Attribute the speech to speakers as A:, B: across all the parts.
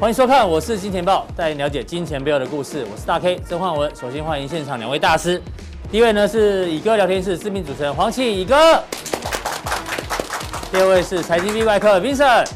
A: 欢迎收看，我是金钱豹，带您了解金钱背后的故事。我是大 K 曾焕文。首先欢迎现场两位大师，第一位呢是以哥聊天室知名主持人黄启以哥，第二位是财经 B 外客 Vincent。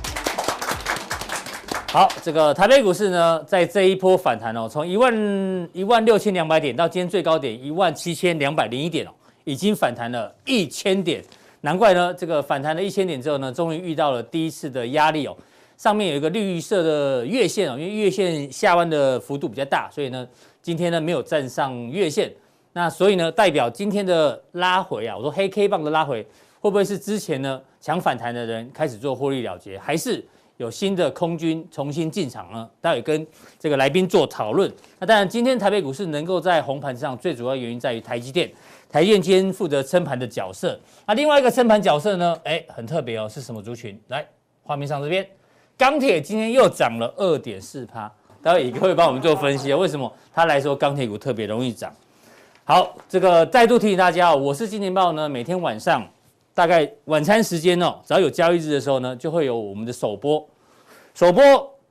A: 好，这个台北股市呢，在这一波反弹哦，从一万一万六千两百点到今天最高点一万七千两百零一点哦，已经反弹了一千点，难怪呢，这个反弹了一千点之后呢，终于遇到了第一次的压力哦。上面有一个绿色的月线哦，因为月线下弯的幅度比较大，所以呢，今天呢没有站上月线，那所以呢，代表今天的拉回啊，我说黑 K 棒的拉回，会不会是之前呢抢反弹的人开始做获利了结，还是？有新的空军重新进场呢，待会跟这个来宾做讨论。那当然，今天台北股市能够在红盘上，最主要原因在于台积电。台积电今天负责撑盘的角色。那另外一个撑盘角色呢，哎，很特别哦，是什么族群？来，画面上这边，钢铁今天又涨了二点四趴。待会也会帮我们做分析哦，为什么他来说钢铁股特别容易涨？好，这个再度提醒大家哦，我是金钱豹呢，每天晚上。大概晚餐时间哦，只要有交易日的时候呢，就会有我们的首播。首播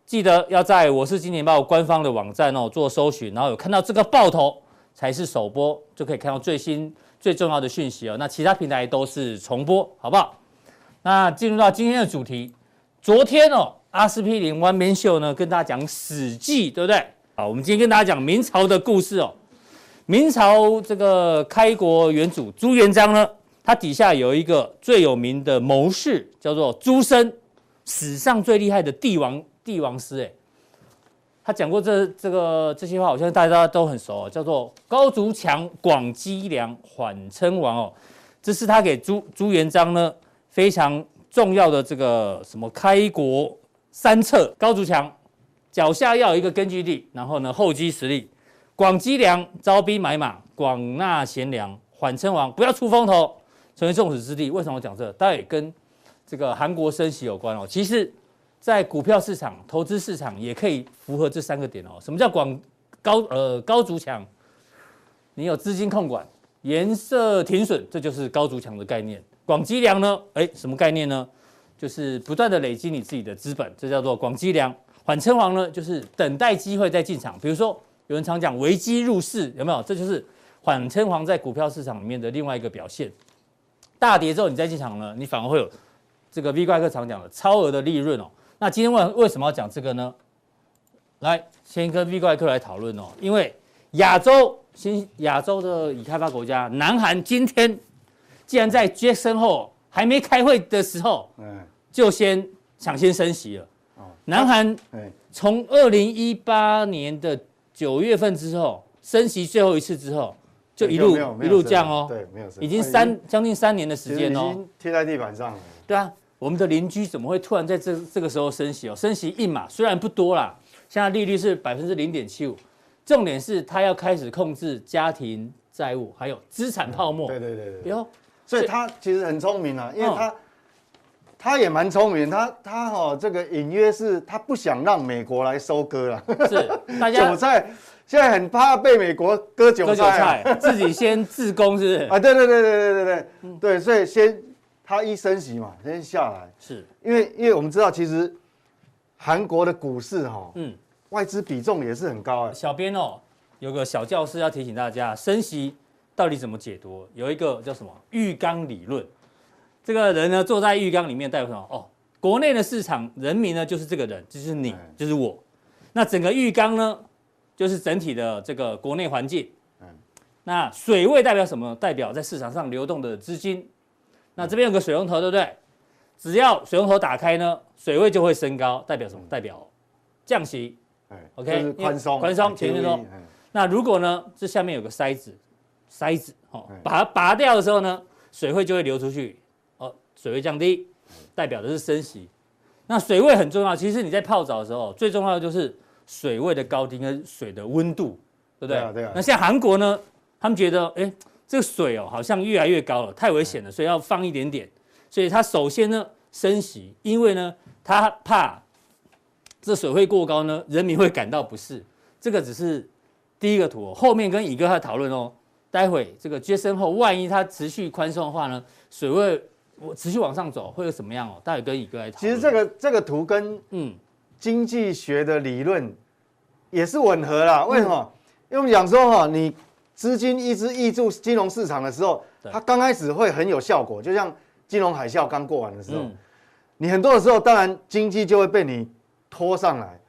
A: 记得要在我是金钱豹官方的网站哦做搜寻，然后有看到这个爆头才是首播，就可以看到最新最重要的讯息哦。那其他平台都是重播，好不好？那进入到今天的主题，昨天哦，阿司匹林 One Man Show 呢跟大家讲《史记》，对不对？好，我们今天跟大家讲明朝的故事哦。明朝这个开国元主朱元璋呢。他底下有一个最有名的谋士，叫做朱生，史上最厉害的帝王帝王师。哎，他讲过这这个这些话，我相信大家都很熟、哦，叫做“高筑墙，广积粮，缓称王”哦，这是他给朱朱元璋呢非常重要的这个什么开国三策：高筑墙，脚下要有一个根据地，然后呢厚积实力；广积粮，招兵买马，广纳贤良；缓称王，不要出风头。成为众矢之的。为什么我讲这？当然也跟这个韩国升息有关哦。其实，在股票市场、投资市场也可以符合这三个点哦。什么叫广高呃高筑墙？你有资金控管、颜色停损，这就是高筑墙的概念。广积粮呢？哎，什么概念呢？就是不断的累积你自己的资本，这叫做广积粮。缓称王呢，就是等待机会再进场。比如说，有人常讲危机入市，有没有？这就是缓称王在股票市场里面的另外一个表现。大跌之后你再进场呢，你反而会有这个 V 怪客常讲的超额的利润哦。那今天为为什么要讲这个呢？来，先跟 V 怪客来讨论哦，因为亚洲新亚洲的已开发国家南韩今天竟然在 Jackson 后还没开会的时候，嗯，
B: 哎
A: 就先抢先升息了。
B: 哦
A: 南韩
B: 哎
A: 从二零一八年的九月份之后升息最后一次之后。就一路一路降哦，
B: 对，没有，
A: 已经三将近三年的时间
B: 哦，已经贴在地板上了。
A: 对啊，我们的邻居怎么会突然在这这个时候升息哦？升息一码虽然不多啦，现在利率是百分之零点七五，重点是他要开始控制家庭债务，还有资产泡沫。
B: 对对嗯对对。哟，所以他其实很聪明啊，因为他他也蛮聪明，他他哦，这个隐约是他不想让美国来收割了，
A: 是大家
B: 韭菜。现在很怕被美国啊割韭菜、
A: 啊，自己先自攻是不是？
B: 啊，对对对对对对对、嗯、对，所以先它一升息嘛，先下来，
A: 是
B: 因为因为我们知道其实韩国的股市哈、哦，嗯，外资比重也是很高哎。
A: 小编哦，有个小教室要提醒大家，升息到底怎么解读？有一个叫什么浴缸理论，这个人呢坐在浴缸里面代表什么？哦，国内的市场人民呢就是这个人，就是你，嗯、就是我，那整个浴缸呢？就是整体的这个国内环境，嗯，那水位代表什么？代表在市场上流动的资金。那这边有个水龙头，对不对？只要水龙头打开呢，水位就会升高，代表什么？代表降息。
B: 嗯、OK，宽松，啊哦
A: 宽松，前面说。
B: 哎
A: 那如果呢，这下面有个塞子，塞子
B: 哎
A: 哦，把它拔掉的时候呢，水位就会流出去，哦，水位降低，
B: 嗯
A: 代表的是升息。那水位很重要，其实你在泡澡的时候，最重要的就是。水位的高低跟水的温度，对不对？
B: 对啊，对啊。
A: 那像韩国呢，他们觉得，哎，这个水哦，好像越来越高了，太危险
B: 嗯
A: 了，所以要放一点点。所以它首先呢升息，因为呢，它怕这水位过高呢，人民会感到不适。这个只是第一个图、哦，后面跟乙哥他讨论哦。待会这个接生后，万一它持续宽松的话呢，水位我持续往上走会有什么样哦？待会跟乙哥来讨论。
B: 其实这个这个图跟嗯。经济学的理论也是吻合啦。为什么？
A: 嗯
B: 因为我们讲说哈，你资金一直挹注金融市场的时候，
A: 对
B: 它刚开始会很有效果，就像金融海啸刚过完的时候，
A: 嗯
B: 你很多的时候，当然经济就会被你拖上来。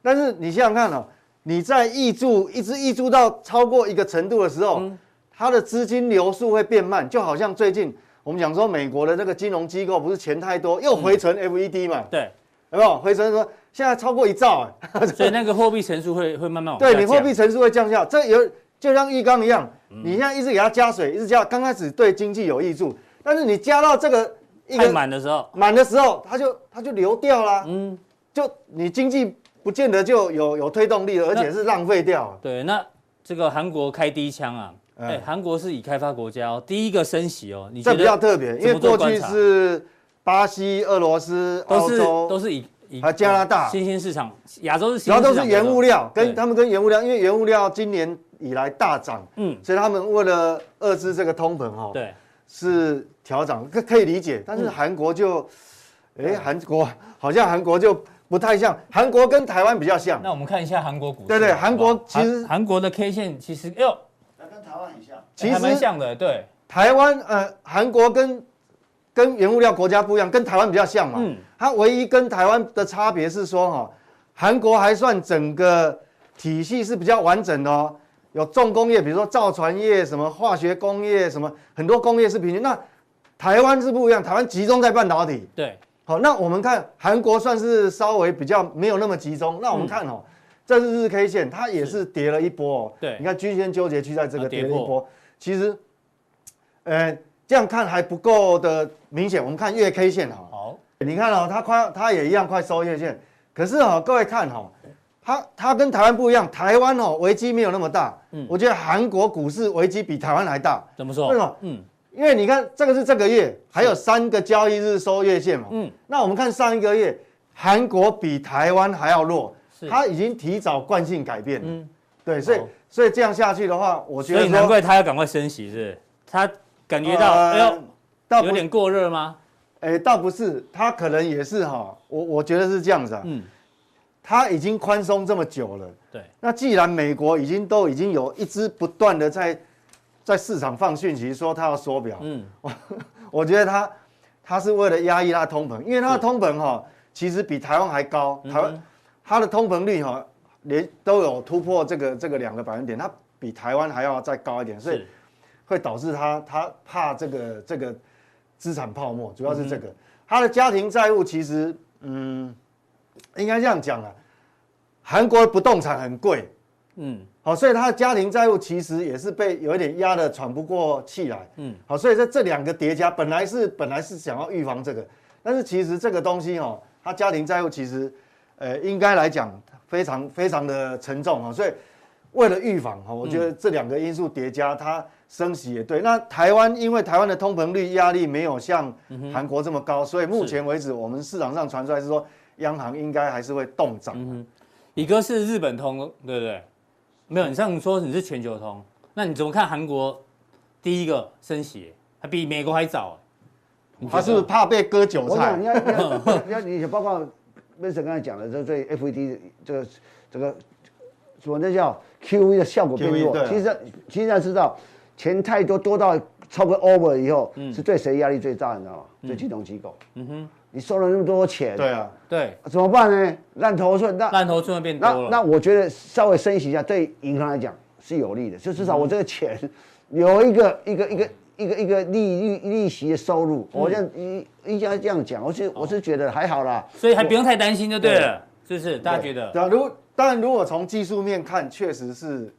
B: 但是你想想看哦，你在挹注一直挹注到超过一个程度的时候，它的资金流速会变慢，就好像最近我们讲说美国的那个金融机构不是钱太多，又回存 FED 嘛，
A: 对，
B: 有没有回存说现在超过一兆、哎
A: 所以那个货币乘数会会慢慢往
B: 对
A: 下
B: 你货
A: 降
B: 币乘数会降下，这有就像浴缸一样，你现在一直给它加水，一直加，刚开始对经济有益处，但是你加到这个一
A: 太
B: 个
A: 满的时候，
B: 满的时候，它就它就流掉啦。
A: 嗯，
B: 就你经济不见得就有有推动力了，而且是浪费掉啊了。
A: 对，那这个韩国开第一枪啊，
B: 嗯
A: 哎，韩国是已开发国家哦，第一个升息哦，你
B: 这
A: 觉
B: 比较
A: 得
B: 特别，因为
A: 怎么做
B: 过
A: 观
B: 去
A: 察
B: 是巴西、俄罗斯、
A: 都
B: 澳
A: 是都
B: 洲，
A: 是以以
B: 还有加拿大
A: 新兴市场，亚洲是新
B: 然后
A: 兴市
B: 都是
A: 场，
B: 原物
A: 料，
B: 料，
A: 对
B: 跟他们跟原物料，因为原物料今年以来大涨，
A: 嗯，
B: 所以他们为了遏制这个通膨哦，
A: 对，嗯
B: 是调涨，可可以理解。但是韩国就，哎，韩国好像韩国就不太像，韩国跟台湾比较像，
A: 那我们看一下韩国股市，啊
B: 对对
A: 好不好
B: 韩国其实
A: 韩韩国的 K 线其实，哎呦，
C: 那跟台湾很像。
B: 其
A: 还蛮
B: 实
A: 像的，对，
B: 台湾呃，韩国跟跟原物料国家不一样，跟台湾比较像嘛。
A: 嗯
B: 它唯一跟台湾的差别是说哈、韩国还算整个体系是比较完整的哦，有重工业，比如说造船业、什么化学工业、什么很多工业是平均。那台湾是不一样，台湾集中在半导体。
A: 对，
B: 好，那我们看韩国算是稍微比较没有那么集中。那
A: 嗯
B: 我们看哦，这是日 K 线，它也是跌了一波、哦。
A: 对
B: 你看均线纠结区在这
A: 啊
B: 个
A: 跌
B: 跌了一
A: 破
B: 波，其实，呃，这样看还不够的明显。我们看月 K 线哈、
A: 好，
B: 你看哦，它快，它也一样快收月线。可是哦，各位看哦，它它跟台湾不一样，台湾哦危机没有那么大。
A: 嗯
B: 我觉得韩国股市危机比台湾还大，
A: 怎么说？
B: 为什么
A: 嗯
B: 因为你看这个是这个月，还有三个交易日收月线嘛。
A: 嗯，
B: 那我们看上一个月，韩国比台湾还要弱
A: 是，
B: 它已经提早惯性改变了。
A: 嗯
B: 对，所以
A: 好
B: 所以这样下去的话，我觉
A: 所
B: 得
A: 以难
B: 说
A: 怪他要赶快升息，是不是？他感觉到，
B: 呃
A: 哎呦，
B: 倒
A: 有
B: 不
A: 点过热吗？
B: 哎，倒不是，它可能也是哈，我我觉得是这样子啊，
A: 嗯，
B: 它已经宽松这么久了，
A: 对，
B: 那既然美国已经都已经有一直不断的在在市场放讯息说它要缩表，
A: 嗯，
B: 我觉得它它是为了压抑它的通膨，因为它的
A: 是
B: 通膨哈、其实比台湾还高，台湾、
A: 嗯
B: 它的通膨率哈、连都有突破这个这个两个百分点，它比台湾还要再高一点，所以
A: 是，
B: 会导致它它怕这个这个资产泡沫，主要
A: 嗯
B: 是这个。它的家庭债务其实嗯，应该这样讲啊，韩国不动产很贵，
A: 嗯
B: 好，所以他的家庭债务其实也是被有一点压得喘不过气来。
A: 嗯，
B: 好，所以在这两个叠加，本来是本来是想要预防这个，但是其实这个东西哦，他家庭债务其实，呃，应该来讲非常非常的沉重哦，所以为了预防哦，我觉得
A: 嗯
B: 这两个因素叠加，它升息也对。那台湾因为台湾的通膨率压力没有像韩国这么高，所以目
A: 嗯是
B: 前为止我们市场上传出来是说，央行应该还是会动涨。
A: 嗯
B: 哦
A: 乙哥是日本通，对不对？没有，你上次说你是全球通，那你怎么看韩国第一个升息，还比美国还早？你觉
B: 他
A: 得
B: 是不是怕被割韭
C: 我
B: 菜
C: 想你？看，你看，你看，你包括 v i n 刚才讲的，这对 FED 这个这个什么那叫 QE 的效果变
B: QE
C: 弱
B: 对啊。
C: 其实其实要知道，钱太多多到超过 over 以后，
B: 嗯
C: 是对谁压力最大？你知道吗？对金融机构。嗯哼，你收了那么多钱，
B: 对，啊。
A: 对，
C: 怎么办呢？烂头寸，那
A: 烂头寸会变多
C: 那那
A: 了，
C: 我觉得稍微升息一下，对银行来讲是有利的，就至少我
A: 嗯
C: 这个钱有一个一个一个一个一个利率利息的收入。我这样
A: 嗯
C: 一一家这样讲，我是
A: 哦
C: 我是觉得还好啦。
A: 所以还不用太担心就对了，是不是？大家觉得？
B: 对啊，如果当然，如果从技术面看，确实是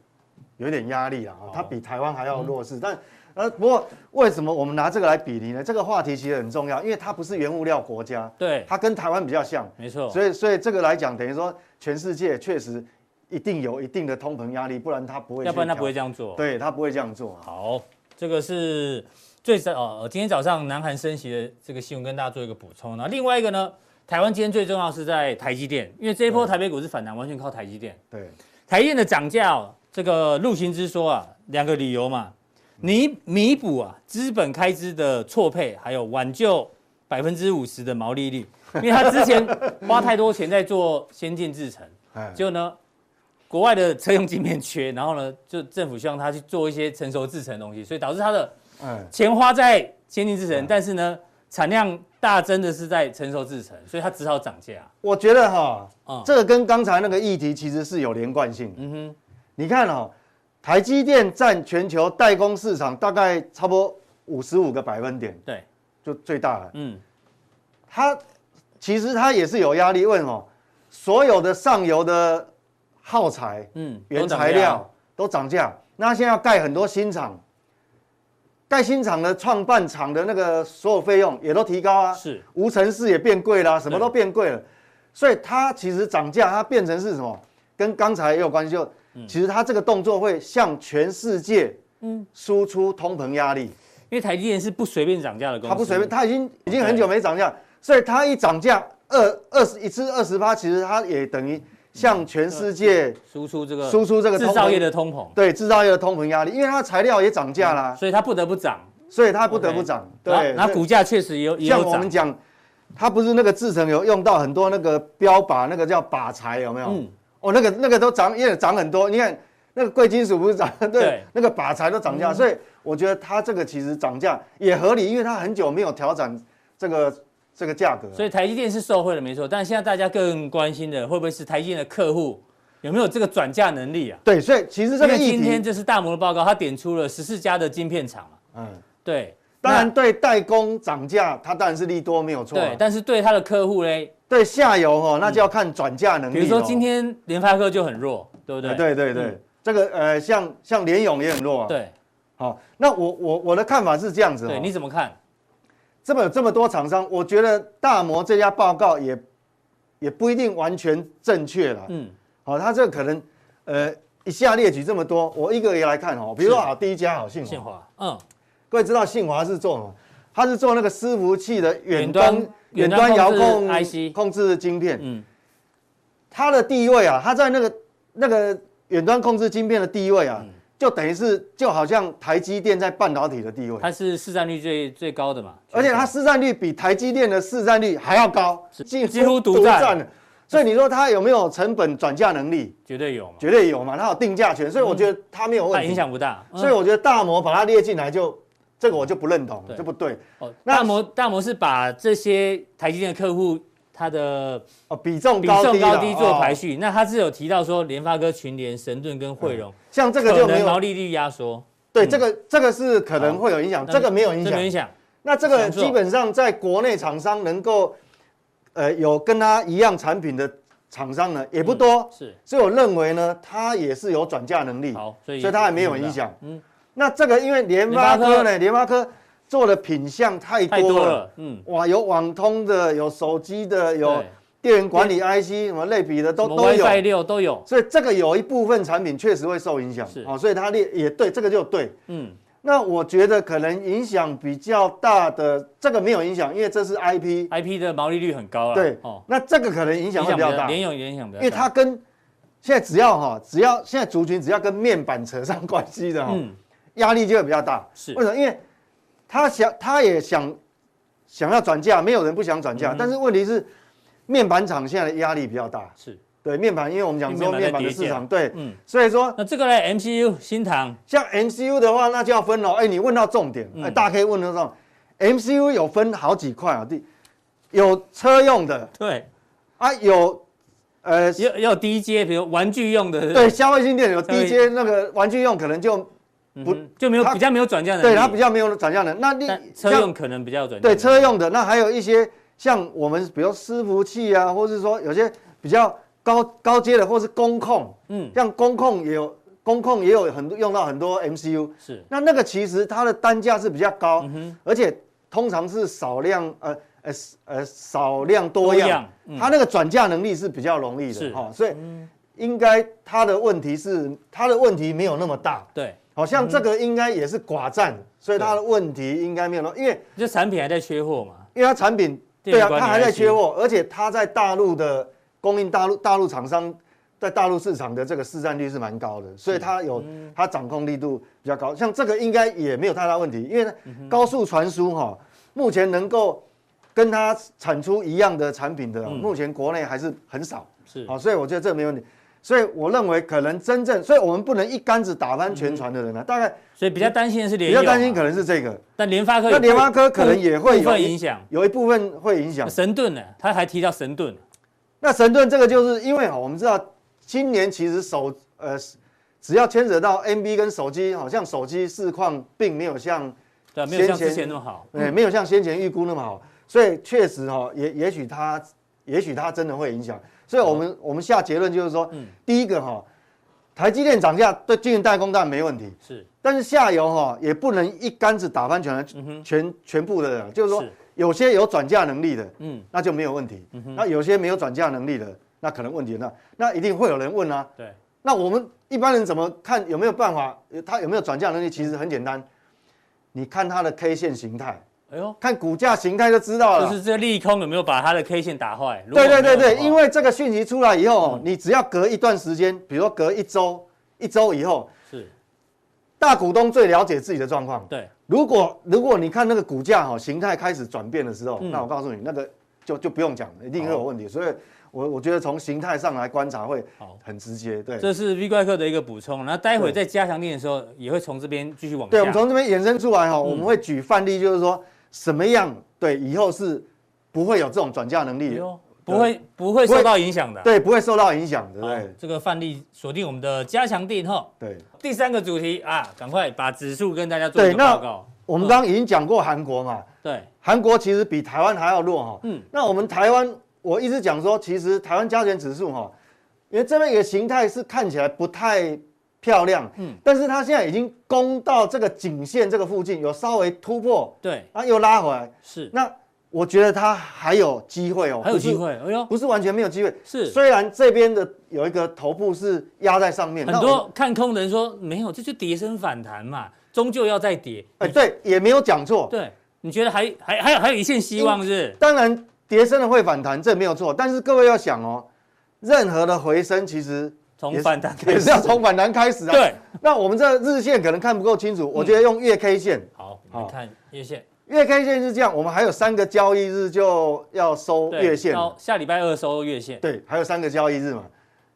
B: 有点压力啊，哦它比台湾还要弱
A: 嗯
B: 势。但呃，不过为什么我们拿这个来比拟呢？这个话题其实很重要，因为它不是原物料国家，
A: 对，哦
B: 它跟台湾比较像，
A: 没错，
B: 所以所以这个来讲，等于说全世界确实一定有一定的通膨压力，不然它不会去调，
A: 要不然他不会这样做。
B: 对，它不会这样做啊。
A: 好，这个是最早哦，今天早上南韩升息的这个新闻跟大家做一个补充。那另外一个呢，台湾今天最重要是在台积电，因为这一波台北股市反弹完全靠台积电。
B: 对，
A: 台积电的涨价、哦，这个陆行之说啊，两个理由嘛，你弥补啊资本开支的错配，还有挽救百分之五十的毛利率，因为他之前花太多钱在做先进制程，
B: 哎，
A: 结果呢，国外的车用晶片缺，然后呢，就政府希望他去做一些成熟制程的东西，所以导致他的
B: 哎，
A: 钱花在先进制程，但是呢，产量大增的是在成熟制程，所以它只好涨价。
B: 我觉得哈，
A: 嗯
B: 这个跟刚才那个议题其实是有连贯性的。
A: 嗯哼，
B: 你看哦，台积电占全球代工市场大概差不多五十五个百分点，
A: 对，
B: 就最大了。
A: 嗯，
B: 它其实它也是有压力，为什么？所有的上游的耗材、
A: 嗯，
B: 原
A: 都涨
B: 材
A: 价
B: 料都涨价，那现在要盖很多新厂，盖新厂的创办厂的那个所有费用也都提高啊，
A: 是
B: 无尘室也变贵啦、啊什么
A: 对
B: 都变贵了，所以它其实涨价，它变成是什么？跟刚才也有关系，就
A: 嗯
B: 其实它这个动作会向全世界输出通膨压力，
A: 因为台积电是不随便涨价的公司，
B: 它不随便，它已经已经很久没涨价，所以它一涨价二二十一次二十八，其实它也等于向
A: 嗯
B: 全世界
A: 输出这个
B: 输出这个
A: 制
B: 通
A: 造业
B: 膨
A: 的通膨，
B: 对制造业的通膨压力，因为它的材料也涨价啦，
A: 所以它不得不涨。
B: 所以它啊不得不涨。
A: 然后
B: 对，
A: 然后
B: 所以
A: 股价确实也有也
B: 像
A: 有
B: 我们
A: 涨，
B: 讲，它不是那个制成有用到很多那个标靶，那个叫靶材有没有？
A: 嗯
B: 哦，那个那个都涨，也涨很多。你看那个贵金属不是涨，对，
A: 对嗯
B: 那个靶材都涨价，所以我觉得它这个其实涨价也合理，因为它很久没有调整这个这个价格。
A: 所以台积电是受惠了，没错。但现在大家更关心的会不会是台积电的客户有没有这个转嫁能力啊？
B: 对，所以其实这
A: 因
B: 个
A: 为
B: 议
A: 今天
B: 题，
A: 这是大摩的报告，他点出了十四家的晶片厂嘛，
B: 嗯，
A: 对，
B: 当然对代工涨价，它当然是利多没有错
A: 那
B: 啊。
A: 对，但是对他的客户嘞，
B: 对下游哦，那就要看转嫁能力、
A: 比
B: 哦
A: 如说今天联发科就很弱，对不对？
B: 哎对对对，
A: 嗯
B: 这个呃，像像联勇也很弱啊。，
A: 对
B: 好、那我我我的看法是这样子、哦，
A: 对，你怎么看？
B: 这么有这么多厂商，我觉得大摩这家报告也也不一定完全正确了。
A: 嗯，
B: 好、他这个可能呃一下列举这么多，我一个一个来看哦。比如说
A: 是
B: 好，第一家好信
A: 宪
B: 华，
A: 华，嗯，
B: 各位知道信华是做什么？它是做那个伺服器的远
A: 远
B: 端
A: 端
B: 远端遥控
A: 控制 IC
B: 控制晶片。
A: 嗯，
B: 它的地位啊，它在那个那个远端控制晶片的地位啊，
A: 嗯
B: 就等于是就好像台积电在半导体的地位，
A: 它是市占率最最高的嘛，
B: 而且它市占率比台积电的市占率还要高，几
A: 几乎独占
B: 了啊所以你说它有没有成本转嫁能力？
A: 绝对有嘛，
B: 绝对有嘛，它有定价权，所以我觉得它没有问
A: 它
B: 题。
A: 嗯影响不大。嗯
B: 所以我觉得大摩把它列进来就。这个我就不认同，
A: 对
B: 这不对
A: 哦，
B: 那
A: 大摩大摩是把这些台积电的客户它的
B: 哦，比重
A: 比
B: 高
A: 重
B: 低啦
A: 高低做排
B: 哦
A: 序，那他是有提到说联发科、群联、神盾跟汇融
B: 像这
A: 可
B: 个就没
A: 能毛
B: 有
A: 利率压缩，
B: 对
A: 嗯
B: 这个这个是可能会有影响，
A: 那
B: 这个没有影
A: 这
B: 响
A: 没，影响，
B: 那这个
A: 享受
B: 基本上在国内厂商能够，呃，有跟它一样产品的厂商呢也不多，
A: 是
B: 所以我认为呢，它也是有转嫁能力，
A: 嗯好，所以
B: 所以它还没有影响。
A: 嗯，
B: 那这个因为联发科呢，联发科做的品项太多
A: 太
B: 了，
A: 多了，嗯，
B: 哇，有网通的，有手机的，有
A: 对
B: 电源管理 IC 什么类比的都
A: 什么
B: 都有，
A: WiFi 六都有，
B: 所以这个有一部分产品确实会受影响
A: 是，
B: 哦，所以它列也对，这个就对。
A: 嗯，
B: 那我觉得可能影响比较大的，这个没有影响，因为这是 IP。
A: IP 的毛利率很高了，
B: 对，
A: 哦，
B: 那这个可能影响会比较大，
A: 联
B: 因
A: 咏也影响比较大，
B: 为它跟现在只要哈，只要现在族群只要跟面板扯上关系的哈，
A: 嗯
B: 压力就会比较大。
A: 是
B: 为什么？因为他想，他也想想要转嫁，没有人不想转嫁，
A: 嗯
B: 但是问题是面板厂现在的压力比较大。
A: 是，
B: 对面板，因为我们讲说
A: 因为面
B: 面
A: 板
B: 板
A: 在
B: 的
A: 跌价
B: 市场，对，
A: 嗯，
B: 所以说
A: 那这个嘞 MCU 新唐
B: 像 MCU 的话，那就要分了。哎、你问到重点，哎、
A: 嗯
B: 大家可以问得到重点 MCU 有分好几块啊，第有车用的
A: 对，
B: 啊，有呃，
A: 也也有低阶，比如玩具用的，
B: 对，消费性电子有低阶那个玩具用，可能就
A: 嗯
B: 不
A: 哼就没有
B: 它
A: 比较没有转嫁能力，
B: 对它比较没有转向的。那你
A: 嗯但车
B: 像
A: 用可能比较有转嫁能
B: 对
A: 力，
B: 车用的，那还有一些像我们比如伺服器啊，或是说有些比较高高阶的，或是工控，
A: 嗯
B: 像工控也有工控也有很多用到很多 MCU。
A: 是，
B: 那那个其实它的单价是比较高，
A: 嗯哼，
B: 而且通常是少量呃呃呃少量多
A: 多
B: 样，
A: 样嗯
B: 它那个转嫁能力是比较容易
A: 是嗯
B: 的哈、所以应该它的问题是它的问题没有那么大，
A: 对，
B: 好像这
A: 嗯
B: 个应该也是寡占，所以它的问题应该没有那么，因为
A: 就产品还在缺货嘛，
B: 因为它产品
A: 电
B: 对
A: 源
B: 啊，
A: 管理
B: 它还在
A: IC
B: 缺货，而且它在大陆的供应大陆大陆厂商。在大陆市场的这个市占率是蛮高的，所以它有
A: 嗯
B: 它掌控力度比较高。
A: 嗯
B: 像这个应该也没有太大问题，因为呢高速传输哈，目前能够跟它产出一样的产品的哦、目前国内还是很少。
A: 嗯是
B: 好，所以我觉得这没问题。所以我认为可能真正，所以我们不能一竿子打翻全船的人啊。大概
A: 所以比较担心的是联
B: 比
A: 友啊，
B: 较担心可能是这个，
A: 但联发科
B: 那
A: 有
B: 联发科可能
A: 部
B: 也会
A: 部
B: 有
A: 分
B: 一
A: 影响。
B: 有一部分会影响。
A: 神盾呢，他还提到神盾，
B: 那神盾这个就是因为哈，哦我们知道今年其实手呃，只要牵扯到 NB 跟手机，好像手机市况并没有像
A: 对啊，没有像
B: 先前
A: 之前那么好。
B: 哎、没有像先前预估那么好，所以确实哈、哦，也也许它，也许它真的会影响。所以我们、我们下结论就是说，第一个哈、台积电涨价对晶圆代工当然没问题，
A: 是
B: 但是下游哈、也不能一竿子打翻全、全全部的人，就是说
A: 嗯是
B: 有些有转嫁能力的，
A: 嗯
B: 嗯，那就没有问题。那有些没有转嫁能力的，那可能问题那那一定会有人问啊，
A: 对，
B: 那我们一般人怎么看有没有办法？呃它有没有转嫁能力？其实很简单，你看它的 K 线形态，
A: 哎呦，
B: 看股价形态就知道
A: 就
B: 了
A: 是。这利空有没有把他的 K 线打坏？如果
B: 对对
A: 没有
B: 对
A: 的
B: 对，
A: 话嗯
B: 因为这个讯息出来以后，你只要隔一段时间，比如说隔一周、一周以后，
A: 是
B: 大股东最了解自己的状况。
A: 对
B: 如果如果你看那个股价哈形态开始转变的时
A: 嗯
B: 候，那我告诉你，那个就就不用讲，了，一定会有问题。所以我我觉得从形态上来观察会
A: 好
B: 很直接。对，
A: 这是 V 怪客的一个补充，然后待会在加强练的时候也会从这边继续往下。
B: 对，我们从这边延伸出来
A: 嗯
B: 哈、我们会举范例，就是说什么样对以后是不会有这种转嫁能
A: 哎
B: 力，
A: 呦不会不会
B: 不会
A: 受到影响的。
B: 对，不会受到影响的，
A: 好，
B: 对
A: 这个范例锁定我们的加强定哈。
B: 对。
A: 第三个主题啊，赶快把指数跟大家做一个
B: 对那
A: 报告。
B: 我们刚刚已经讲过韩国嘛，
A: 对，
B: 韩国其实比台湾还要弱哈、
A: 嗯
B: 嗯，那我们台湾，我一直讲说，其实台湾加权指数哈、因为这边一个形态是看起来不太漂亮，嗯，但是它现在已经攻到这个颈线这个附近，有稍微突破，
A: 对，
B: 啊，又拉回来。
A: 是
B: 那我觉得它还有机会哦，
A: 还有
B: 不是
A: 机会。哎呦，
B: 不是完全没有机会。
A: 是
B: 虽然这边的有一个头部是压在上面，
A: 很
B: 那我
A: 多看空的人说没有，这就跌升反弹嘛，终究要再跌。
B: 哎、对也没有讲错。
A: 对，你觉得还还还有还有一线希
B: 嗯
A: 望是不是？
B: 当然跌升了会反弹，这没有错。但是各位要想哦，任何的回升其实
A: 从
B: 也是
A: 反弹开
B: 也
A: 始
B: 是。要 从反弹开始啊。
A: 对，嗯
B: 那我们这日线可能看不够清楚，我觉得用月 K 线，
A: 好，我们
B: 好
A: 看月线，
B: 月 K 线是这样，我们还有三个交易日就要收
A: 对
B: 哦月线了，
A: 到下礼拜二收月线，
B: 对，还有三个交易日嘛。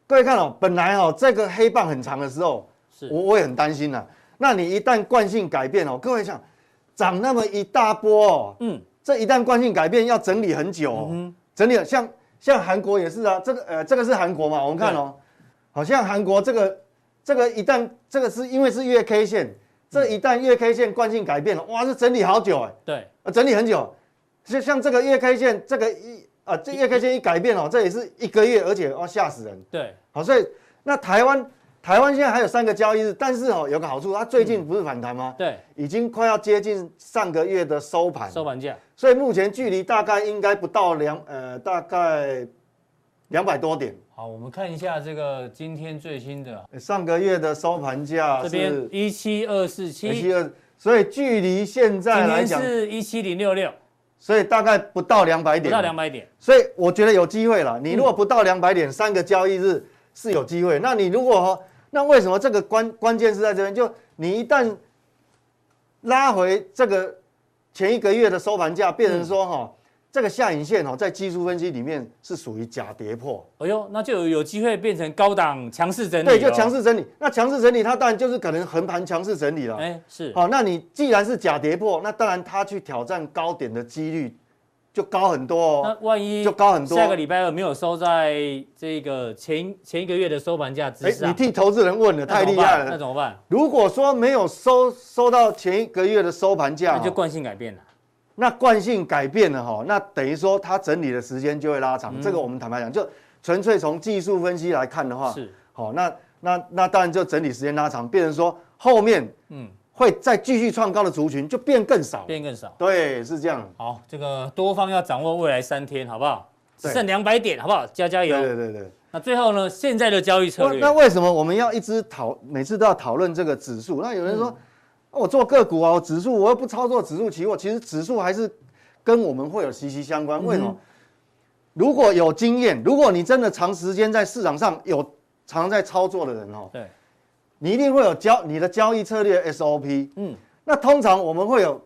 B: 各位看哦，本来哦这个黑棒很长的时候，
A: 是
B: 我我也很担心呐、啊那你一旦惯性改变哦，各位想涨那么一大波哦，
A: 嗯，
B: 这一旦惯性改变要整理很久、哦，整理像像韩国也是啊，这个呃这个是韩国嘛，我们看哦，好像韩国这个这个一旦这个是因为是月 K 线，这一旦月 K 线惯性改变了，哇，这整理好久哎、
A: 对，
B: 呃，整理很久，就像这个月 K 线，这个一啊，这月 K 线一改变哦，这也是一个月，而且哦吓死人。
A: 对，
B: 好，所以那台湾台湾现在还有三个交易日，但是哦有个好处，它最近不是反弹吗？
A: 对，
B: 已经快要接近上个月的收盘，
A: 收盘价，
B: 所以目前距离大概应该不到两呃大概两百多点。
A: 好，我们看一下这个今天最新的，
B: 呃上个月的收盘价
A: 这边
B: 是哎
A: 一七二四七，今
B: 七二，所以距离现在来
A: 天
B: 讲，
A: 是一七零六六，
B: 所以大概不到两百点，
A: 不到两百嗯点，
B: 所以我觉得有机会了。你如果不到两百点，三个交易日是有机会。那你如果哦那为什么这个关关键是在这边？就你一旦拉回这个前一个月的收盘价，变成说哈、这个下影线哦，在技术分析里面是属于假跌破，
A: 哎呦，那就有有机会变成高档强势整理，
B: 对，就强，势整理。那强势整理它当然就是可能横盘强势整理了。
A: 哎，是，
B: 好、那你既然是假跌破，那当然它去挑战高点的几率就高很多哦。
A: 那万一
B: 就高很多
A: 下个礼拜二没有收在这个前前一个月的收盘价之
B: 哎，你
A: 上，
B: 替投资人问的
A: 那
B: 太
A: 怎
B: 厉
A: 么办
B: 害了
A: 那。怎么办？
B: 如果说没有收收到前一个月的收盘价
A: 那
B: 哦，
A: 就惯性改变了，
B: 那惯性改变了哈，那等于说它整理的时间就会拉
A: 嗯
B: 长。这个我们坦白讲，就纯粹从技术分析来看的话，
A: 是
B: 好，那那那当然就整理时间拉长，变成说后面嗯会再继续创高的族群就变更少。
A: 变更少。
B: 对，是这样。
A: 好，这个多方要掌握未来三天，好不好？只
B: 对
A: 剩两百点，好不好？加加油。
B: 对对对对。
A: 那最后呢？现在的交易策
B: 那
A: 略，
B: 那为什么我们要一直讨每次都要讨论这个指数？那有人说，
A: 嗯
B: 哦我做个股啊，我指数我又不操作指数期货，其实指数还是跟我们会有息息相
A: 嗯
B: 关。为什么？如果有经验，如果你真的长时间在市场上有常在操作的人哦，
A: 对，
B: 你一定会有交你的交易策略 SOP。
A: 嗯
B: 那通常我们会有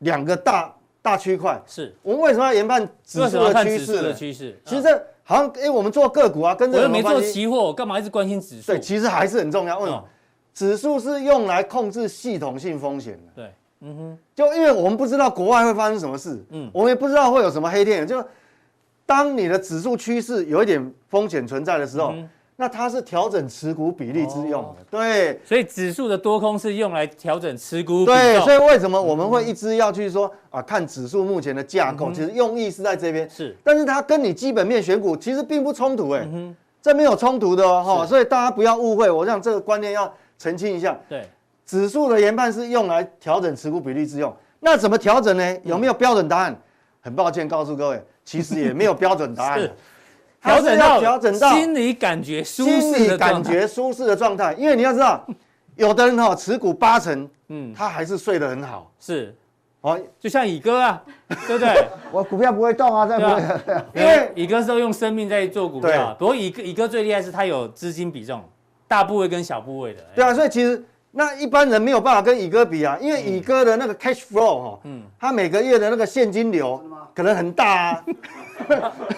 B: 两个大大区块。
A: 是
B: 我们为什么要研判指
A: 为什
B: 数
A: 么要
B: 的
A: 看指
B: 趋
A: 数
B: 势
A: 的
B: 呢？
A: 趋势？
B: 其实
A: 啊
B: 这好像哎、诶我们做个股啊，跟这
A: 我
B: 有
A: 又
B: 什
A: 没
B: 么
A: 做
B: 关系？
A: 期货，我干嘛一直关心指数？
B: 对，其实还是很重要。为什么？
A: 嗯
B: 指数是用来控制系统性风险的，
A: 对，
B: 就因为我们不知道国外会发生什么事，
A: 嗯
B: 嗯，我们也不知道会有什么黑天鹅。就当你的指数趋势有一点风险存在的时候，
A: 嗯
B: 那它是调整持股比例之用的，
A: 哦
B: 对。
A: 所以指数的多空是用来调整持股比嗯
B: 对，
A: 重
B: 所以为什么我们会一直要去说啊，看指数目前的架
A: 嗯
B: 构，其实用意是在这边，
A: 是
B: 但是它跟你基本面选股其实并不冲突、
A: 嗯
B: 哎、这没有冲突的哦，哈，所以大家不要误会，我想这个观念要澄清一下，
A: 对，
B: 指数的研判是用来调整持股比例之用，那怎么调整
A: 嗯
B: 呢？有没有标准答案？很抱歉告诉各位，其实也没有标准答 案
A: 是，
B: 它
A: 调
B: 是
A: 整
B: 要
A: 到
B: 调整到
A: 心理感觉舒
B: 心
A: 适
B: 理
A: 的
B: 感
A: 状态
B: 觉舒适的状态，因为你要知道，有的人哈、持股八成，
A: 嗯
B: 嗯，他还是睡得很好。
A: 是，
B: 哦，
A: 就像乙哥 啊，对不对？
C: 我股票不会动啊，再不
A: 对
C: 会。
B: 因为
A: 乙哥是都用生命在做股票啊，不过乙哥乙哥最厉害是他有资金比重，大部位跟小部位的。哎嗯
B: 对啊，所以其实那一般人没有办法跟乙哥比啊，因为乙哥的那个 cash flow 哈、嗯，他每个月的那个现金流可能很 大啊，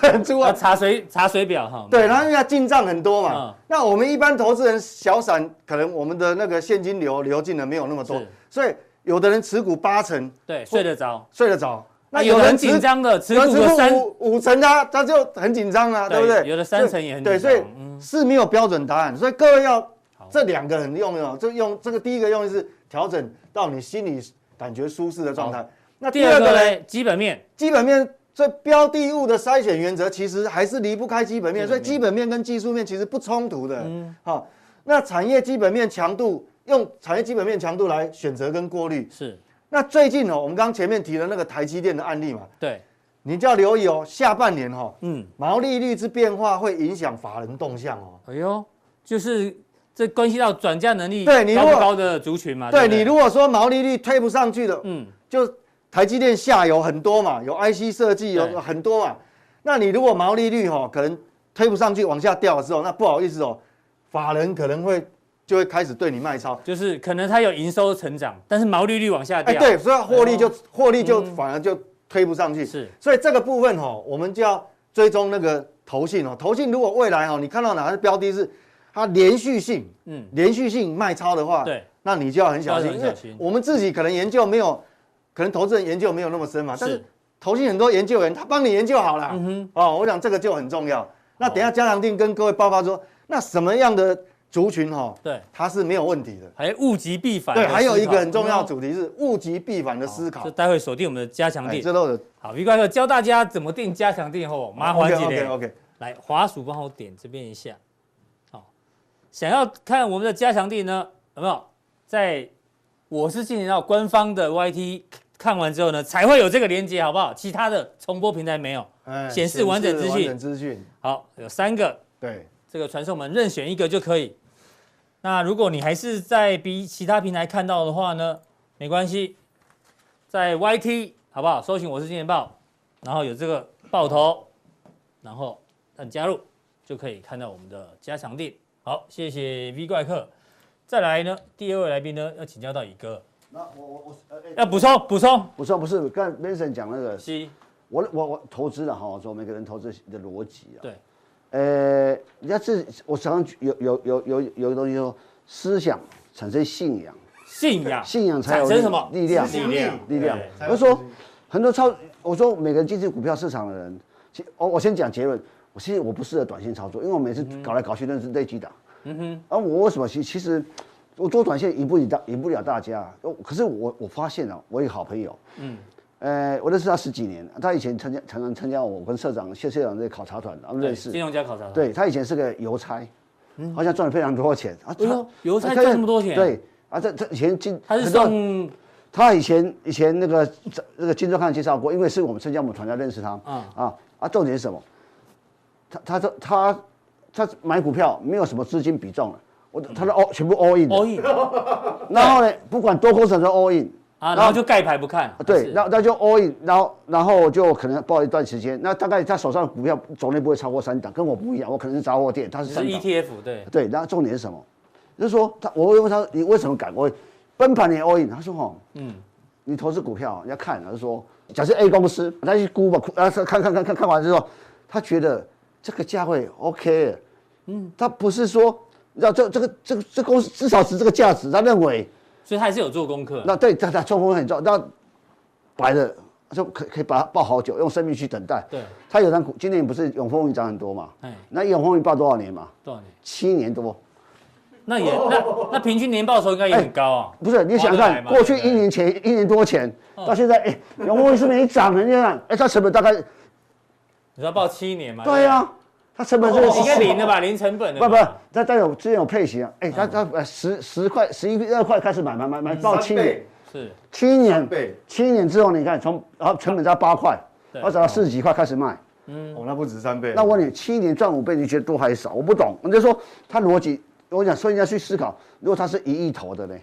B: 很足
A: 要
B: 啊，
A: 查水查水表哈。
B: 对，然后因为他进账很多嘛、
A: 嗯
B: 那我们一般投资人小散，可能我们的那个现金流流进的没有那么多
A: 是，
B: 所以有的人持股八成
A: 对，睡得着。
B: 睡得着，
A: 那啊有人紧
B: 持
A: 张的持
B: 有
A: 股
B: 持
A: 的三，
B: 股五五成他他就很紧张啊，
A: 对
B: 对不对？
A: 有的三成也很紧
B: 对，
A: 张
B: 所以
A: 嗯
B: 是没有标准答案，所以各位要这两个很用哦，就用这个第一个用意是调整到你心里感觉舒适的状态。那
A: 第
B: 第
A: 二
B: 二
A: 个
B: 个呢，
A: 呢，基本面
B: 基本面这标的物的筛选原则其实还是离不开基本面，所以基本面跟技术面其实不冲突的。
A: 嗯
B: 好，那产业基本面强度用产业基本面强度来选择跟过滤。
A: 是
B: 那最近哦，我们刚前面提了那个台积电的案例嘛，
A: 对，
B: 你就要留意哦，下半年哦，
A: 嗯，
B: 毛利率之变化会影响法人动向哦。
A: 哎呦，就是这关系到转嫁能力
B: 对你如
A: 高
B: 果
A: 不高的族群嘛。
B: 对
A: 不
B: 你如果说毛利率推不上去的，
A: 啊嗯
B: 就台积电下游很多嘛，有 IC 设计
A: 对
B: 有很多嘛，那你如果毛利率哈、哦、可能推不上去往下掉的时候，那不好意思哦，法人可能会就会开始对你卖超。
A: 就是可能它有营收成长，但是毛利率往下
B: 哎，
A: 掉。
B: 对，所以获利就获利就反而就推不上去。
A: 嗯是，
B: 所以这个部分哈、哦，我们就要追踪那个投信哦。投信如果未来哦，你看到哪个标的是它连续性，
A: 嗯
B: 嗯，连续性卖超的话，
A: 对，
B: 那你就要很小心，
A: 要很
B: 因
A: 小
B: 为
A: 心
B: 我们自己可能研究没有，可能投资人研究没有那么深嘛，但
A: 是嗯
B: 是投信很多研究员他帮你研究好了，哦，我想这个就很重
A: 哦
B: 要。那等一下加长定跟各位报告说，那什么样的族群哈、哦，
A: 对，
B: 它是没有问题的。
A: 还物极必反的
B: 对，
A: 思考。
B: 还有一个很重要
A: 嗯哦
B: 的主题是物极必反的思考
A: 就。待会锁定我们的加强
B: 哎，
A: 定。
B: 这哦都有
A: 好，于怪哥教大家怎么定加强定后，麻烦几
B: OK
A: 点。
B: OK，
A: 来，滑鼠帮我点这边一下。好，想要看我们的加强地呢，有没有？在我是进行到官方的 YT 看完之后呢，才会有这个连接，好不好？其他的重播平台没有。
B: 哎
A: 显示完整资讯
B: 完整资讯，
A: 好，有三个，
B: 对，
A: 这个传送门任选一个就可以。那如果你还是在比其他平台看到的话呢，没关系，在 YT 好不好？搜寻我是金钱豹，然后有这个爆头，然后按加入就可以看到我们的加强店。好，谢谢 V 怪客。再来呢，第二位来宾呢要请教到乙哥，
C: 那我我我呃，哎
A: 要补充补充。
C: 不是不是，刚才 Vincent 讲那个，
A: 西
C: 我我我投资了哈，我说每个人投资的逻辑啊。
A: 对，
C: 呃，人家是我常常有有有有有个东西说，思想产生信仰，
A: 信仰
C: 信仰才
A: 产
C: 有
A: 生什么
C: 力量，
A: 力量
C: 力量
A: 对。
C: 我说很多操，我说每个人进入股票市场的人，其我我先讲结论，我其实我不适合短线操作，因为我每次搞来搞去都是那几档。嗯哼。而我为什么其其实我做短线赢不了大赢不了大家，哦可是我我发现了，我有好朋友，嗯。呃，我认识他十几年，他以前参加常常参加我跟社长谢社长这考察团，然后
A: 对
C: 认识。
A: 金融家考察团
C: 对他以前是个邮差，好像赚了非常多钱啊
A: 哎呦邮差赚这么多钱
C: 对啊，这这以前进
A: 他是
C: 很多
A: 送
C: 他以前以前那个那个金周刊介绍过，因为是我们参加我们团队认识他
A: 嗯
C: 啊啊，重点是什么？他他说他他买股票没有什么资金比重了，我他的 all 全部 all in，的
A: all in
C: 然后呢不管多空手都 all in 啊
A: 啊，然后就盖牌不看。
C: 对，
A: 是
C: 那那就 all in，然后然后就可能报一段时间，那大概他手上的股票总量不会超过三档，跟我不一样，我可能是杂货店，他是
A: 是
C: 三档。哎
A: ETF 对。
C: 对，然后重点是什么？就是说他，我会问他你为什么敢？我奔盘你 all in，他说哦，嗯，你投资股票你要看，就是说，假设 A 公司，他去估吧，估啊看看看看看完之后，他觉得这个价位 OK，嗯，他不是说让这这个这个这公司至少值这个价值，他认为
A: 所以他还是有做功课。
C: 那对他他冲锋很重，那白的就可可以把它抱好久，用生命去等待。
A: 对，
C: 他有张股，今年不是永丰云涨很多嘛
A: 哎？
C: 那永丰云报多少年嘛？
A: 多少年？
C: 七年多。
A: 那也
C: 哦
A: 那那平均年报酬应该也很高啊。
C: 不是，你
A: 划
C: 想
A: 得来
C: 看
A: 吗
C: 过去一年前、
A: 嗯
C: 一年多前到现在，哎、永丰是没涨，人家讲，哎，它成本大概，
A: 你说报七年嘛？
C: 对啊呀、它成本这个
A: 哦对不对，应该零了吧？零成本的。嗯
C: 不不，它它有之前有配型啊，哎，它它呃十十块、十一二块开始买买买买到七年，
A: 是
C: 七年
B: 三倍，
C: 七年之后你看从然后成本在八块，
A: 对
C: 然后涨到四十几块开始卖，
A: 嗯
B: 哦，那不止三倍。
C: 那我问你，七年赚五倍，你觉得多还是少？我不懂，我就说它逻辑，我讲所以你要去思考，如果它是一亿投的呢？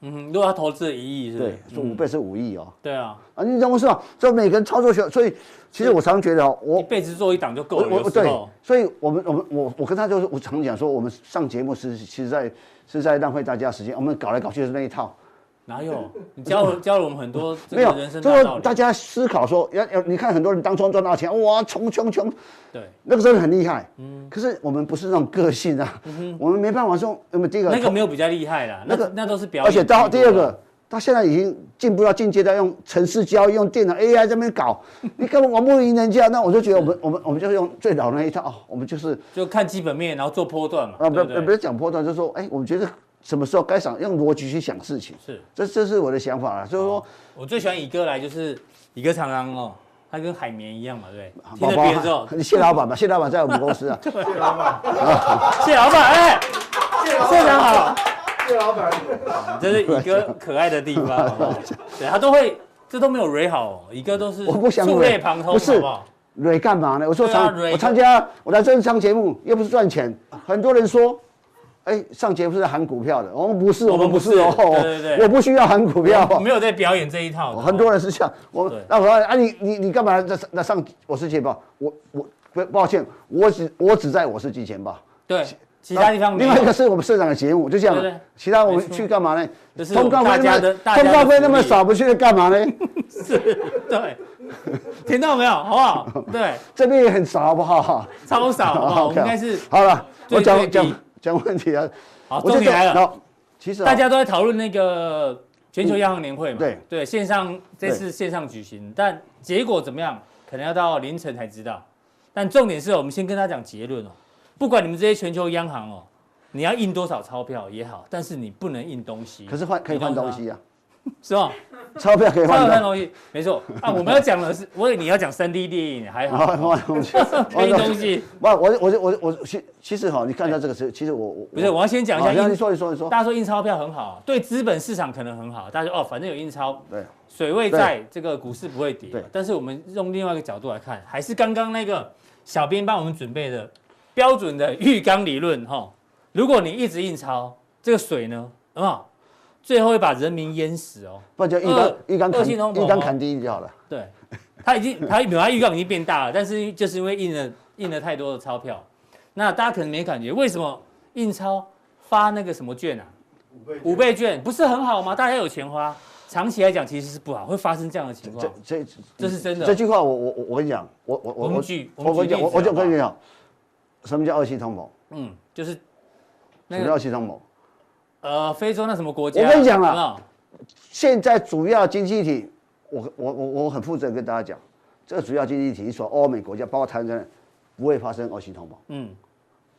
A: 嗯哼，如果他投资一亿，是不是
C: 对，说五倍是五亿哦。
A: 对啊，
C: 啊，你懂我说啊，所以每个人操作学，所以其实我常觉得哦，
A: 一
C: 我
A: 辈子做一档就够
C: 我
A: 了。
C: 我
A: 有
C: 我
A: 时
C: 对
A: 候，
C: 所以我们我们我我跟他就是我常讲说，我们上节目是其实在是在浪费大家时间，我们搞来搞去就是那一套，
A: 哪有？你教了教了我们很多这
C: 没有
A: 个人，生
C: 就
A: 大
C: 是
A: 道
C: 说
A: 理
C: 大。家思考说，要要你看很多人当初赚到钱，哇，穷穷穷，
A: 对，
C: 那个真的很厉害，嗯，可是我们不是那种个性啊，我们没办法说，我们第一个
A: 嗯那个没有比较厉害啦，那
C: 那个
A: 个那都是表演。
C: 而且到第二个，他现在已经进步到进阶到用城市交易、用电脑 AI 这边搞，你根本玩不赢人家。那我就觉得我们我们我们就是用最老的那一套，哦我们就是
A: 就看基本面，然后做波段嘛，
C: 啊，
A: 对
C: 不
A: 不
C: 不
A: 对？
C: 是讲破断，就是说，哎，我们觉得什么时候该想用逻辑去想事情，
A: 是
C: 这这是我的想法啦。就是说，
A: 我最喜欢乙哥来，就是乙哥常常哦，他跟海绵一样嘛，对不对？哦听
C: 宝
A: 了
C: 宝
A: 别人之后，
C: 你谢老板吧，谢老板在我们 公司啊，
B: 谢老板，
A: 谢老板，哎，非常好，
B: 谢老板，
A: 这是乙哥可爱的地方，好 不好对他都会，这都没有蕊好哦，乙哥都是
C: 我不想
A: 触
C: 蕊
A: 类旁通，
C: 不是
A: 好不好？
C: 蕊干嘛呢？我说
A: 对啊
C: 常
A: 蕊
C: 我参加我来这里上节目，又不是赚钱，很多人说。哎，上节目是喊股票的，我们不是，
A: 我
C: 我
A: 们
C: 们不
A: 不
C: 是
A: 是
C: 哦，
A: 对对对
C: 我不需要喊股票哦，
A: 没有在表演这一套的哦，
C: 哦很多人是这样，我
A: 对
C: 那我说啊，你你你干嘛在那上我是钱包？我我不抱歉，我只我只在我是金钱包。
A: 对，其他地方没
C: 另外一个
A: 有。
C: 是我们社长的节目，就这样
A: 对对
C: 了。其他我
A: 没
C: 们
A: 错
C: 去干嘛呢
A: 这？是
C: 通告
A: 大
C: 费
A: 家
C: 那
A: 的
C: 么
A: 大家的
C: 通告费那么
A: 福利
C: 少，不去干嘛呢？
A: 是， 对，听到没有？好不好？对，
C: 这边也很少，好不好？
A: 超 少，好不好？我们应该是
C: 好了，
A: 最
C: 我
A: 最
C: 讲
A: 低
C: 讲讲问题啊。
A: 好，
C: 我
A: 重
C: 就
A: 点来了。
C: 讲，其实啊
A: 大家都在讨论那个全球央行年会嘛，
C: 嗯对
A: 对，线上这
C: 对
A: 次线上举行，但结果怎么样，可能要到凌晨才知道。但重点是我们先跟他讲结论哦，不管你们这些全球央行哦，你要印多少钞票也好，但是你不能印东西，
C: 可是换可以换
A: 你懂吗
C: 东西啊，
A: 是吧？
C: 钞票可以
A: 他
C: 换
A: 有换
C: 的。
A: 东西，没错啊。我们要讲的是，我以为你要讲三 D 电影还
C: 好，
A: 好，
C: 换东西，
A: 印东西
C: 不，我我我我我其其实哈，你看到这个是，其实我我
A: 不是。我要先讲一
C: 好
A: 下
C: 哦那你
A: 印，
C: 说你说你说。
A: 大家说印钞票很好，对资本市场可能很好，大家说哦，反正有印钞，
C: 对，
A: 水位在，这个股市不会跌
C: 对。
A: 但是我们用另外一个角度来看，还是刚刚那个小编帮我们准备的标准的浴缸理论哈、如果你一直印钞，这个水呢，很好，最后会把人民淹死哦。
C: 不然就一
A: 二
C: 缸一缸
A: 恶
C: 砍
A: 性通膨哦
C: 一缸砍低就好了。
A: 对，它已经它本来浴缸已经变大了，但是就是因为印了印了太多的钞票，那大家可能没感觉，为什么印钞发那个什么券啊？五倍券不是很好吗？大家有钱花，长期来讲其实是不好，会发生这样的情况
C: 这。这
A: 这是真的
C: 这句话我我我我跟你讲，我我
A: 我
C: 我
A: 们举
C: 我我
A: 们举
C: 讲
A: 例
C: 我
A: 子
C: 我就
A: 好不好
C: 跟你讲，什么叫恶性通膨？
A: 嗯，就是那
C: 什么叫
A: 个
C: 恶性通膨？
A: 呃，非洲那什么国家？啊
C: 我跟你讲啦
A: 好
C: 啊
A: 不好，
C: 现在主要经济体，我我我我很负责跟大家讲，这个主要经济体，所欧美国家包括台湾，不会发生恶性通膨，
A: 嗯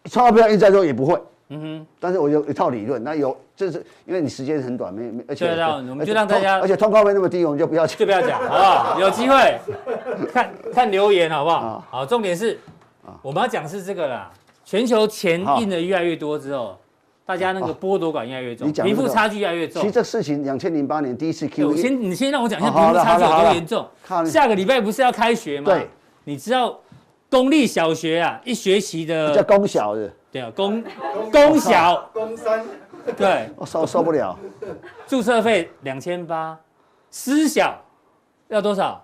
C: 钞票印在多也不会。
A: 嗯哼，
C: 但是我有一套理论，那有这是因为你时间很短，没没而且
A: 对啊我们就让
C: 而且
A: 大家
C: 而且通告费那么低，我们就不要
A: 就
C: 去
A: 不要讲，好不好？ 有机 会看看留言，好不好
C: 啊？
A: 好，重点是我们要讲的是这个啦。全球钱
C: 好
A: 印的越来越多之后，大家那个剥夺感越来越重
C: 你，讲
A: 贫
C: 这
A: 富
C: 个
A: 差距越来越重
C: 其实。这事情，两千零八年第一次
A: 对
C: Q
A: 我
C: E，
A: 先你先让我讲一下
C: 哦
A: 贫
C: 好
A: 富
C: 了
A: 差距有
C: 好了
A: 多
C: 好了
A: 严重。
C: 看
A: 下个礼拜不是要开学吗？
C: 对，
A: 你知道公立小学啊，一学期
C: 叫
A: 的
C: 公小的，
A: 对啊，公公小
B: 东山，
A: 对。
C: 我哦受受不了。
A: 注册费两千八，私小要多少？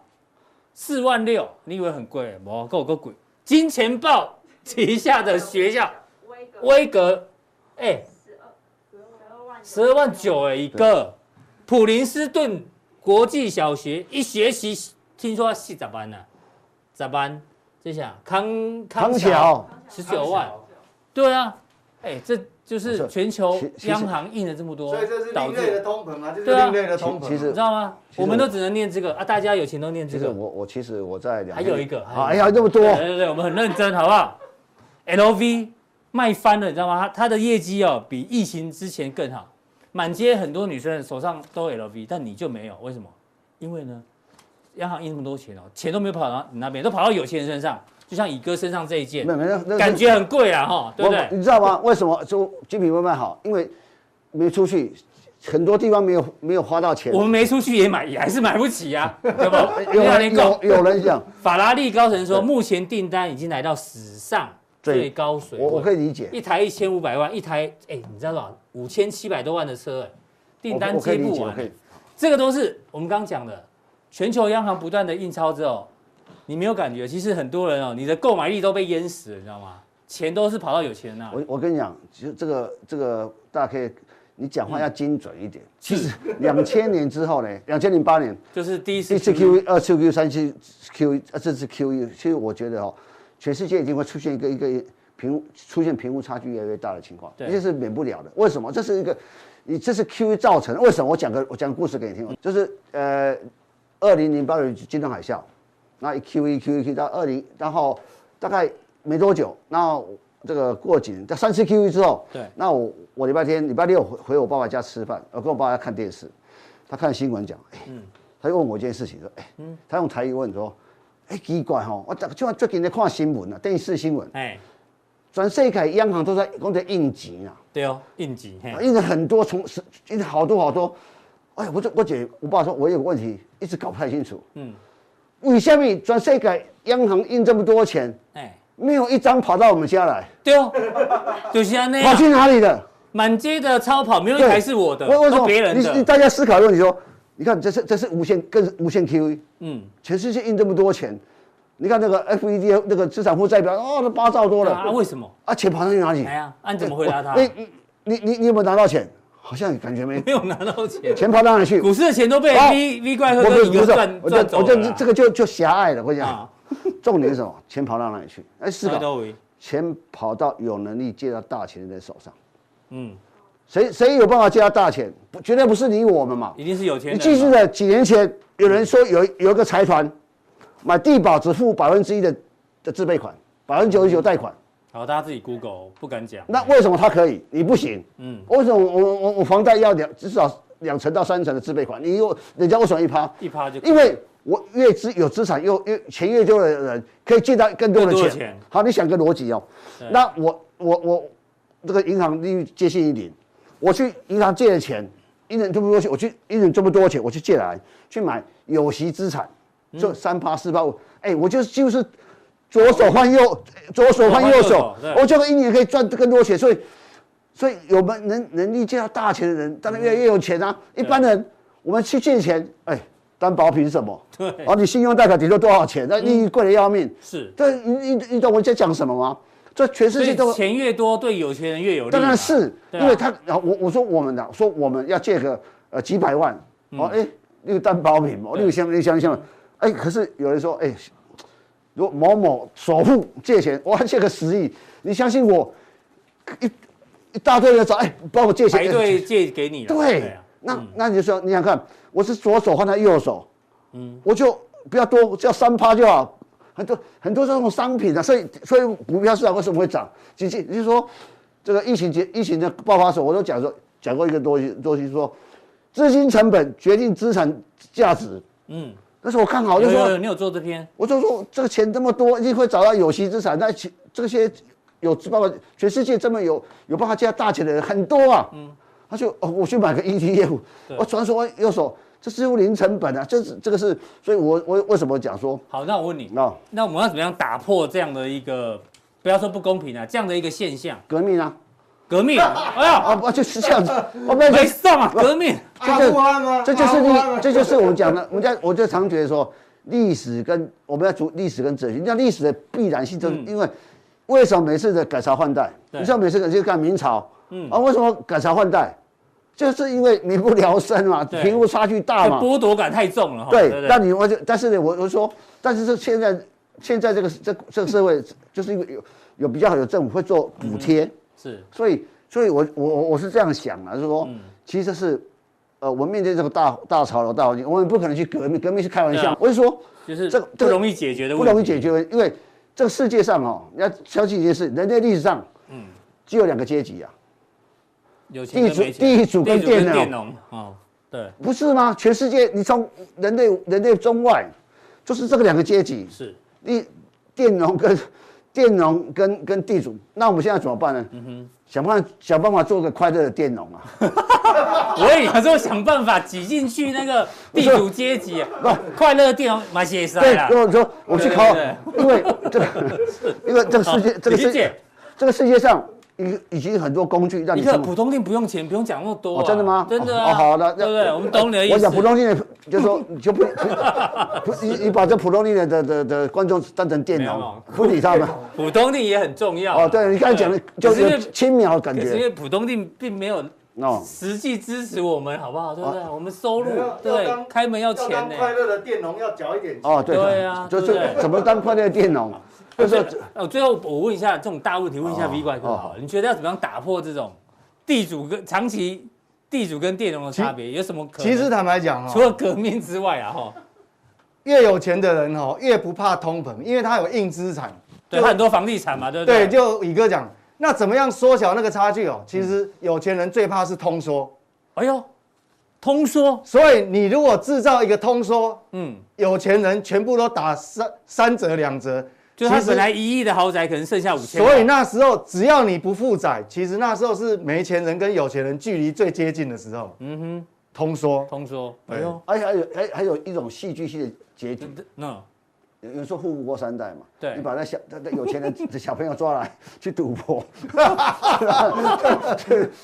A: 四万六，你以为很贵？不够够贵。金钱豹旗下的学校
D: 威格
A: 威格，哎、
D: 十二十二万
A: 十二万九哎一个，普林斯顿国际小学一学期听说是咋班呢？咋班？啊这下康
B: 康桥
A: 十九万，对啊，哎，这就是
C: 是
A: 全球
C: 其其实
A: 央行印了这么多，
B: 所以这是
A: 导
B: 另类的
A: 致
B: 通膨啊，这是
A: 对啊
B: 另类的通膨啊。
C: 其
A: 你
C: 实
A: 知道吗？
C: 其实
A: 我们
C: 我
A: 都只能念这个啊，大家有钱都念
C: 其
A: 这
C: 实
A: 个。
C: 我我其实我在两
A: 还有一个还有一个
C: 啊哎呀那么多
A: 对对对，我们很认真，好不好？LV 卖翻了，你知道吗？它它的业绩哦，比疫情之前更好，满街很多女生手上都 LV，但你就没有，为什么？因为呢，央行印那么多钱哦，钱都没有跑到你那边，都跑到有钱人身上，就像乙哥身上这一件
C: 没，有没有那那
A: 感觉很贵啊，哈，对
C: 我
A: 不对？
C: 你知道吗？为什么就精品会卖好？因为没出去，很多地方没有没有花到钱。
A: 我们没出去也买，也还是买不起呀、啊，对 不？
C: 有
A: 你哪里
C: 人有
A: 够
C: 有 人讲，
A: 法拉利高层说，
C: 对
A: 目前订单已经来到史上
C: 对
A: 最高水位。
C: 我我可以理解，
A: 一台一千五百万，一台哎、你知道多少？五千七百多万的车、哎，订单
C: 我可以
A: 接
C: 理
A: 不
C: 解，我
A: 完、
C: 可以。
A: 这个都是我们刚刚讲的，全球央行不断的印钞之后，你没有感觉，其实很多人哦，你的购买力都被淹死了，你知道吗？钱都是跑到有钱人那里。
C: 我我跟你讲，其实这个这个大家可以，你讲话要精准一点。
A: 嗯
C: 其实两千年之后呢，两千零八年
A: 就是第一次
C: 一次 Q E 二次 Q 三次 Q 呃这次 Q E，其实我觉得哦，全世界一定会出现一个一个贫出现贫富差距越来越大的情况，
A: 对
C: 这是免不了的。为什么？这是一个你这是 Q E 造成的。为什么？我讲个我讲个故事给你听，哦就是呃，二零零八年金融海啸，那 Q E Q E Q 到二零，然后大概没多久，那这个过几年，在三次 Q E 之后，
A: 对
C: 那我我礼拜天礼拜六回回我爸爸家吃饭，我跟我爸爸看电视，他看新闻讲，哎、他就问我一件事情，说，哎、他用台语问说，哎、奇怪吼、我就就最近在看新闻啊，电视新闻，
A: 哎、
C: 全世界央行都在讲在应急啊，
A: 对哦，应急，嘿，
C: 印了很多从是印了好多好多，哎，我就我姐我爸说，我有个问题一直搞不太清楚，
A: 嗯，
C: 为什么全世界央行印这么多钱，
A: 哎、
C: 没有一张跑到我们家来，
A: 对哦，就是像那
C: 跑
A: 样，
C: 去哪里了？
A: 满街的超跑，没有一
C: 对
A: 台是我的，
C: 为为什
A: 都
C: 么？
A: 别人
C: 你你
A: 的，
C: 大家思考一个问题说，你看这是这是无限更是无限 QE，
A: 嗯，
C: 全世界印这么多钱，你看那个 FED 那个资产负债表哦，那八兆多了，
A: 啊，为什么？
C: 啊钱跑上去哪里
A: 哎？呀，啊，你怎么回答他？
C: 哎你你你你有没有拿到钱？好像感觉没，
A: 没有拿到钱。
C: 钱跑到哪里去？
A: 股市的钱都被
C: 好
A: V V 怪
C: 我
A: 客跟一
C: 不
A: 个
C: 是
A: 赚
C: 我就
A: 赚走
C: 我
A: 了
C: 就
A: 啦。
C: 这个就就狭隘了，我
A: 啊
C: 讲，重点是什么？钱跑到哪里去？哎，思
A: 那
C: 考，
A: 都为
C: 钱跑到有能力借到大钱的人手上，
A: 嗯，
C: 谁谁有办法借到大钱？不，绝对不是你我们嘛。
A: 一定是有钱人。
C: 你
A: 啊
C: 记不记得几年前有人说有有一个财团买地保只付百分之一的的自备款，百分之九十九贷款，
A: 好，大家自己 Google，不敢讲。
C: 那为什么他可以，你不行？
A: 嗯
C: 嗯，为什么我我我我房贷要两至少两成到三成的自备款？你有人家为什么一趴？
A: 一趴就
C: 因为我越资有资产，又越钱越多的人可以借到更多的
A: 更多的
C: 钱。
A: 钱
C: 好，你想个逻辑哦
A: 对。
C: 那我我我这个银行利率接近于零，我去银行借的钱，一人这么多钱，我去一人这么多钱，我去借来去买有息资产，
A: 嗯
C: 就三八四八五，哎，我就是就是左手换右，左手换右
A: 左手换右
C: 手
A: 手对，
C: 我这个一年可以赚更多钱，所以。所以有能能能力借到大钱的人，当然越来越有钱啊。一般人我们去借钱，哎，担保凭什么？
A: 对嗯
C: 哦，你信用贷款顶多多少钱？那利率贵的要命。
A: 是，
C: 对，你你你懂我在讲什么吗？这全世
A: 所
C: 界
A: 以
C: 都
A: 钱越多，对有钱人越有利嘛。
C: 当然是，
A: 对啊
C: 因为他啊，我我说我们的说我们要借个呃几百万，哦哎，那个担保品嘛，
A: 嗯
C: 哦
A: 对
C: 六箱六箱箱，哎，可是有人说哎，如果某某首富借钱，我要借个十亿，你相信我，一一大堆人找哎帮我借钱，
A: 排
C: 哎
A: 队借给你了。
C: 对
A: 啊，
C: 那那你就说，你想看，我是左手换到右手，嗯，我就不要多，只要三趴就好。很多很多这种商品啊，所以所以股票市场为什么会涨？其实就是说，这个疫情结疫情的爆发时候，我都讲说讲过一个东西，东西说资金成本决定资产价值。
A: 嗯，
C: 但是我看好
A: 有
C: 就
A: 有有，
C: 说，
A: 你有做这篇？
C: 我就说这个钱这么多，一定会找到有息资产。那其这些有包括全世界这么有有办法借到大钱的人很多啊。他就哦，我去买个 ETF，
A: 对
C: 我传说右手，这是乎零成本啊，这是这个是，所以我我为什么讲说
A: 好，那我问你，
C: 那
A: 那我们要怎么样打破这样的一个，不要说不公平啊，这样的一个现象，
C: 革命啊
A: 革 命？哎呀，
C: 啊不就是这样子，我们
A: 没
C: 这
A: 送啊，革命。
B: 阿富汗吗？
C: 这就是历
B: 阿富汗吗，
C: 这就是我们讲的，我们家我就常觉得说，历史跟我们要读历史跟哲学，那历史的必然性，就是因为为什么每次的改朝换代，
A: 对
C: 你知道每次改就看明朝，啊为什么改朝换代？就是因为民不聊生嘛，
A: 对
C: 贫富差距大
A: 这
C: 嘛，
A: 剥夺感太重了哈。
C: 哦对
A: 不，
C: 那你我就，但是呢，我我说，但是这现在现在这个这这个社会，就是因为有有比较好的政府会做补贴，
A: 是
C: 所以所以我我我我是这样想啊，就是
A: 嗯
C: 说，其实是，呃，我们面对这个大大潮流大环境，我们不可能去革命，革命是开玩
A: 对
C: 笑，
A: 啊
C: 我是说
A: 就是
C: 这
A: 这
C: 个
A: 个
C: 这
A: 不
C: 个
A: 容易解决的
C: 不
A: 问题，
C: 容易解决，因为这个世界上哦，你要想起一件事，人类历史上，嗯，只有两个阶级啊，
A: 有钱跟没钱。
C: 地主跟
A: 地主跟
C: 佃农
A: 佃农哦，对，
C: 不是吗？全世界你从人类人类中外，就是这个两个阶级，
A: 是
C: 你佃农跟佃农跟跟地主，那我们现在怎么办呢？
A: 嗯
C: 想办法想办法做个快乐的佃农啊！
A: 我也想说想办法挤进去那个地主阶级 啊，快乐地方买些塞
C: 对，
A: 啦
C: 如。果说我去考
A: 对，啊
C: 因为这个因为这 个世界这个世
A: 理解
C: 这个世界上已已经很多工具让
A: 一
C: 你
A: 个
C: 生活
A: 普通店不用钱，不用讲那么多啊、
C: 哦真的吗？
A: 真的
C: 哦，
A: 啊，
C: 好的，
A: 对不对？我们懂你的意思。
C: 我讲普通人，就说你就不不，不你你把这普通人的的的观众当成佃
A: 没有
C: 农，
A: 没有
C: 不理 他们。
A: 普通店也很重要啊、
C: 哦，对，你刚才讲的就
A: 可是因
C: 是
A: 为
C: 轻描的感
A: 可是因
C: 觉
A: 为普通店并没有
C: 哦。
A: 实际支持我们，好不好？对不
C: 啊
A: 对？我们收入
B: 没有，
A: 对不
B: 要当
A: 对，开门要钱
B: 当
A: 呢、
B: 快乐的佃农要缴一点钱。
C: 哦，对，
A: 对啊
C: 就
A: 对
C: 是
A: 不对
C: 怎么当快乐佃农，就是
A: 哦，最后我问一下，这种大问题问一下
C: 哦
A: V 怪哥好了，你觉得要怎么样打破这种地主跟长期地主跟佃农的差别？有什么可能？
B: 其实坦白讲
A: 除
B: 哦，
A: 了革命之外啊，哈，
B: 越有钱的人哦，越不怕通膨，因为他有硬资产。
A: 对，
B: 就
A: 他很多房地产嘛，对不
B: 对，
A: 对？
B: 就宇哥讲，那怎么样缩小那个差距哦？其
A: 嗯
B: 实有钱人最怕是通缩，
A: 哎呦，通缩，
B: 所以你如果制造一个通缩，
A: 嗯，
B: 有钱人全部都打三三折两折，
A: 就是他
B: 其实
A: 本来一亿的豪宅，可能剩下五千。
B: 所以那时候只要你不负债，其实那时候是没钱人跟有钱人距离最接近的时候，
A: 嗯哼，
B: 通缩。
A: 通缩，
B: 对
A: 哎呦，
C: 而且还有还还有一种戏剧性的结局，
A: 那
C: 有人说富不过三代嘛，
A: 对
C: 你把那小那那有 钱人的小朋友抓来去赌博，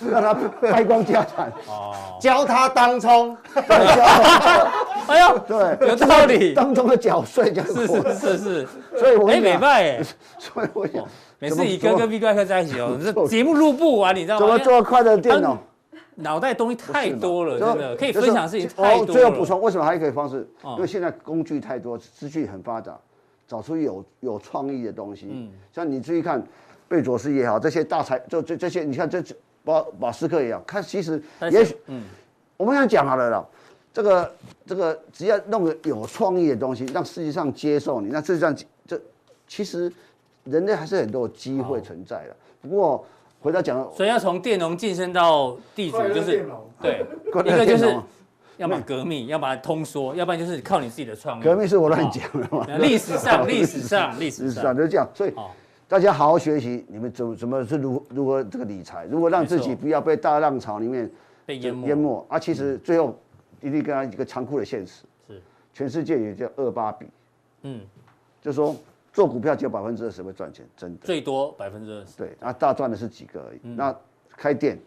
C: 让他败光家产，
A: 哦
B: 教他当冲，
A: 哎呦，
C: 对，
A: 有道理，
C: 当中的缴税就
A: 是
C: 过
A: 是是是，
C: 所以我跟
A: 哎，
C: 你
A: 美
C: 讲，
A: 拜哎，
C: 所以我想，
A: 每
C: 怎
A: 次
C: 么
A: 以哥跟 V 怪客在一 起哦，
C: 做
A: 这节目录不完，你知道
C: 怎
A: 吗
C: 么？做快乐电脑？
A: 脑袋东西太多了，
C: 就哦
A: 真的可以分享的事情太多了。
C: 最后补，充，为什么还有一个方式？
A: 嗯
C: 因为现在工具太多，资讯很发达，找出有有创意的东西。
A: 嗯
C: 像你注意看，贝佐斯也好，这些大财，就这这些，你看这保保斯克也好，看其实
A: 但是
C: 也许，嗯，我们想讲好了啦。这个这个，只要弄个有创意的东西，让世界上接受你，那世界上这其实人类还是很多机会存在的。不过回到讲，
A: 哦所以要从佃农晋升到地主，就是对，
C: 快
A: 一
C: 乐
A: 个
C: 电
A: 就
C: 脑
A: 是要么革命，要么通缩，要不然就是靠你自己的创意。
C: 革命是我乱讲的嘛。
A: 那嗯哦 历史上，历史 上，历史
C: 是
A: 上哦
C: 啊，，就是这样。所以
A: 好
C: 大家好好学习，你们怎么怎么是如如何这个理财，如何让自己
A: 没错
C: 不要被大浪潮里面
A: 被淹没，嗯
C: 淹没啊！其实最后一定跟他一个残酷的现实，
A: 是，
C: 全世界也叫二八比，
A: 嗯，
C: 就说做股票只有百分之二十会赚钱，真的。
A: 最多百分之二十，
C: 对，那大赚的是几个而已。
A: 嗯
C: 那开店、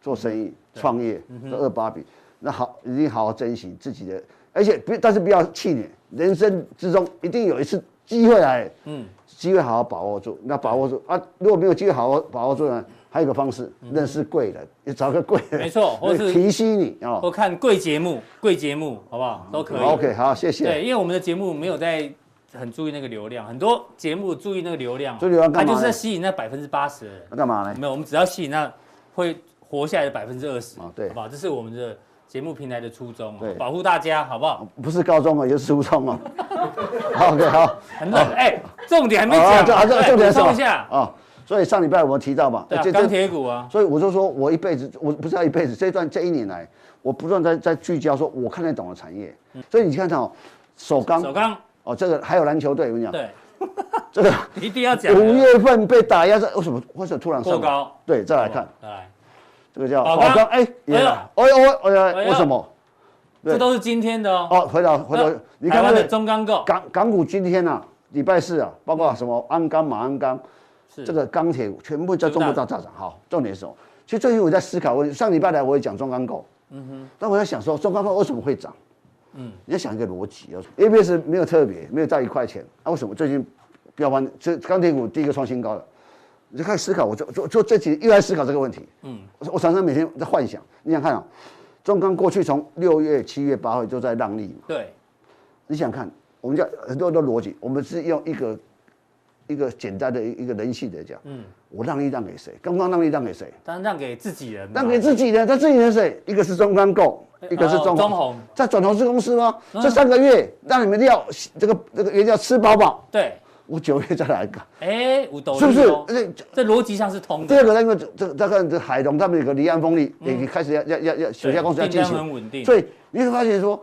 C: 做生意、创业，这二八比，那好，一定好好珍惜自己的，而且不，但是不要气馁，人生之中一定有一次机会来，嗯，机会好好把握住。那把握住啊，如果没有机会好好把握住呢，还有一个方式，认识贵人，你找个贵人，
A: 嗯没错或是
C: 提携你
A: 或
C: 哦。
A: 看贵节目，贵节目好不好？都可以。
C: 好 OK，好，谢谢。
A: 对，因为我们的节目没有在很注意那个流量，很多节目注意那个流量，啊
C: 注意流量干
A: 它
C: 嘛
A: 就是在
C: 呢
A: 吸引那百分之八十的人。
C: 那干嘛呢？
A: 没有，我们只要吸引那会活下来的百分之二十
C: 哦，对
A: 好不好？这是我们的节目平台的初衷啊
C: 对，
A: 保护大家，好不好？
C: 不是高中啊，就是初中啊。好 OK，好。
A: 很冷，哎，重点还没
C: 啊，
A: 讲，
C: 这啊这
A: 对
C: 重点是
A: 补
C: 什
A: 充
C: 么
A: 一下，
C: 啊？所以上礼拜我们提到嘛，哎
A: 对啊
C: 这，
A: 钢
C: 这，
A: 铁股啊，
C: 所以我就说我一辈子，我不是要一辈子，这段这一年来，我不断在在聚焦说我看得懂的产业。所以你看到首钢
A: 首嗯钢，
C: 哦，这个还有篮球队，我跟你讲，
A: 对，
C: 这个
A: 一定要讲的，
C: 五月份被打压在为什么为什么突然
A: 过
C: 上来？
A: 高，
C: 对，再来看
A: 好不好，再来，
C: 这个叫
A: 宝
C: 宝
A: 钢
C: 钢，哎，也
A: 哎呦
C: 来哎呦哎呦
A: 哎
C: 哎
A: 呦
C: 呦，为什么？对
A: 这都是今天的哦。
C: 哦，回到回到
A: 那，
C: 你
A: 台
C: 看
A: 湾
C: 那
A: 的
C: 个
A: 中钢构，
C: 港港股今天啊，礼拜四啊，包括什么鞍钢、马鞍钢，
A: 是
C: 这个钢铁股全部在中国大大涨。好，重点是什么？其实最近我在思考，我上礼拜来我也讲中钢构，嗯哼，但我在想说中钢构为什么会涨？嗯，你要想一个逻辑啊，ABS 没啊有特别，没有到一块钱，那、为什么最近标翻？这钢铁股第一个创新高的，你就开始思考，我做做做这几又在思考这个问题。嗯，我我常常每天在幻想，你想看啊、中钢过去从六月、七月、八号就在让利嘛，
A: 对，
C: 你想看，我们讲很多的逻辑，我们是用一个一个简单的一个人性的讲，嗯，我让利让给谁？刚刚让利让给谁？
A: 当然让给自己人嘛，
C: 让给自己的，他自己人谁？一个是中钢构，一个是中
A: 哦中红嗯
C: 在转投资公司吗？这三个月让你们料这个这个原料吃饱饱，
A: 对，
C: 我九月再来干，
A: 哎，五斗
C: 是不是？而
A: 六
C: 且
A: 这逻辑上是通
C: 第二
A: 的，
C: 个，因为这这这个这海龙他们有个离岸风力，也开始要要要要水下公司要
A: 嗯
C: 进
A: 订
C: 行，
A: 单很稳定
C: 所以你会发现说，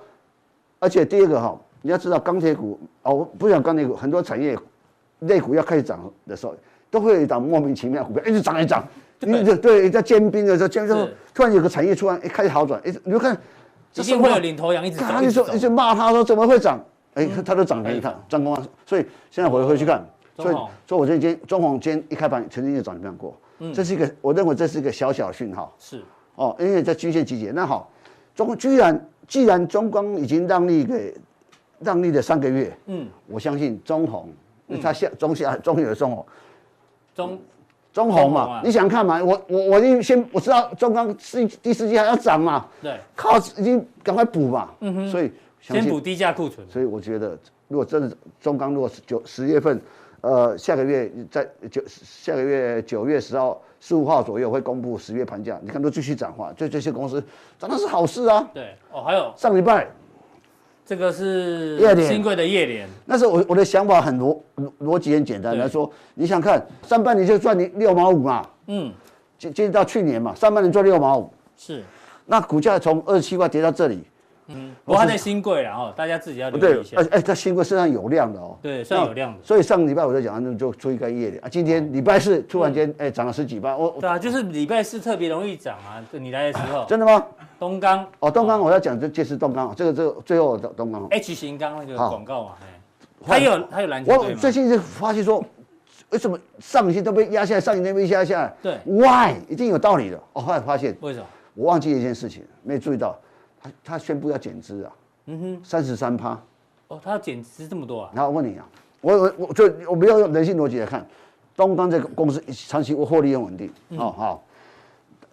C: 而且第二个哈，你要知道钢铁股哦，我不讲钢铁股，很多产业类股要开始涨的时候，都会有一档莫名其妙的股票一直涨一直涨，你对对在尖兵的时候，尖兵的时候
A: 是突
C: 突然有个产业突然哎开始好转，哎，你就看
A: 一定会有领头羊一直
C: 他
A: 走，
C: 就
A: 一直嗯
C: 说
A: 走
C: 一。直骂他说怎么会涨？哎，他都涨给你看，张公啊，所以现在回回去看，
A: 中
C: 所以
A: 红
C: 所以我这间中红今天一开盘曾经就涨停板过，
A: 嗯
C: 这是一个我认为这是一个小小的讯号
A: 是
C: 哦，因为在均线集结。那好，中居然既然中光已经让利给让利了三个月，
A: 嗯，
C: 我相信中红，它下中下中有中红。
A: 中
C: 中
A: 中
C: 红
A: 红啊
C: 嘛，你想看嘛？我我我已经先我知道中钢是第四季还要涨嘛，
A: 对，
C: 靠，已经赶快补嘛，所以相
A: 嗯先
C: 信
A: 补低价库存，
C: 所以我觉得，如果真的中钢如果是九十月份，呃，下个月在九下个月九月十号、十五号左右会公布十月盘价，你看都继续涨话，对这些公司涨那是好事啊。
A: 对哦，还有
C: 上礼拜
A: 这个是
C: 夜联
A: 新贵的夜联，
C: 那时候我我的想法很逻逻逻辑很简单，
A: 对
C: 来说，你想看上半年就赚你六毛五嘛，
A: 嗯，
C: 接接到去年嘛，上半年赚六毛五，
A: 是，
C: 那股价从二十七块跌到这里，
A: 不过它在新贵然后大家自己要留
C: 对
A: 意一，下
C: 而，且哎，它新贵身上有量的哦，
A: 对算有量的哦
C: 那所以上礼拜我就讲，那就出一个夜里啊，今天礼拜四突然间哎涨了十几趴，我我
A: 对啊，就是礼拜四特别容易涨啊，就你来的时候，
C: 真的吗？
A: 东钢
C: 哦，东刚我要讲这这是东刚，这个这个最后的东刚，
A: H 型钢那个
C: 好
A: 广告嘛，哎，它有它有篮球队
C: 我
A: 吗
C: 最？近就发现说，为什么上影线都被压下来，上影线被压下来？
A: 对
C: ，Why？一定有道理的。哦，后来发现
A: 为什么？
C: 我忘记一件事情，没注意到，他他宣布要减资啊，嗯哼，三十三趴。
A: 哦，它要减资这么多啊？
C: 然后我问你啊，我我我就我们要用人性逻辑来看，东刚这个公司长期获利很稳定，
A: 嗯
C: 哦好，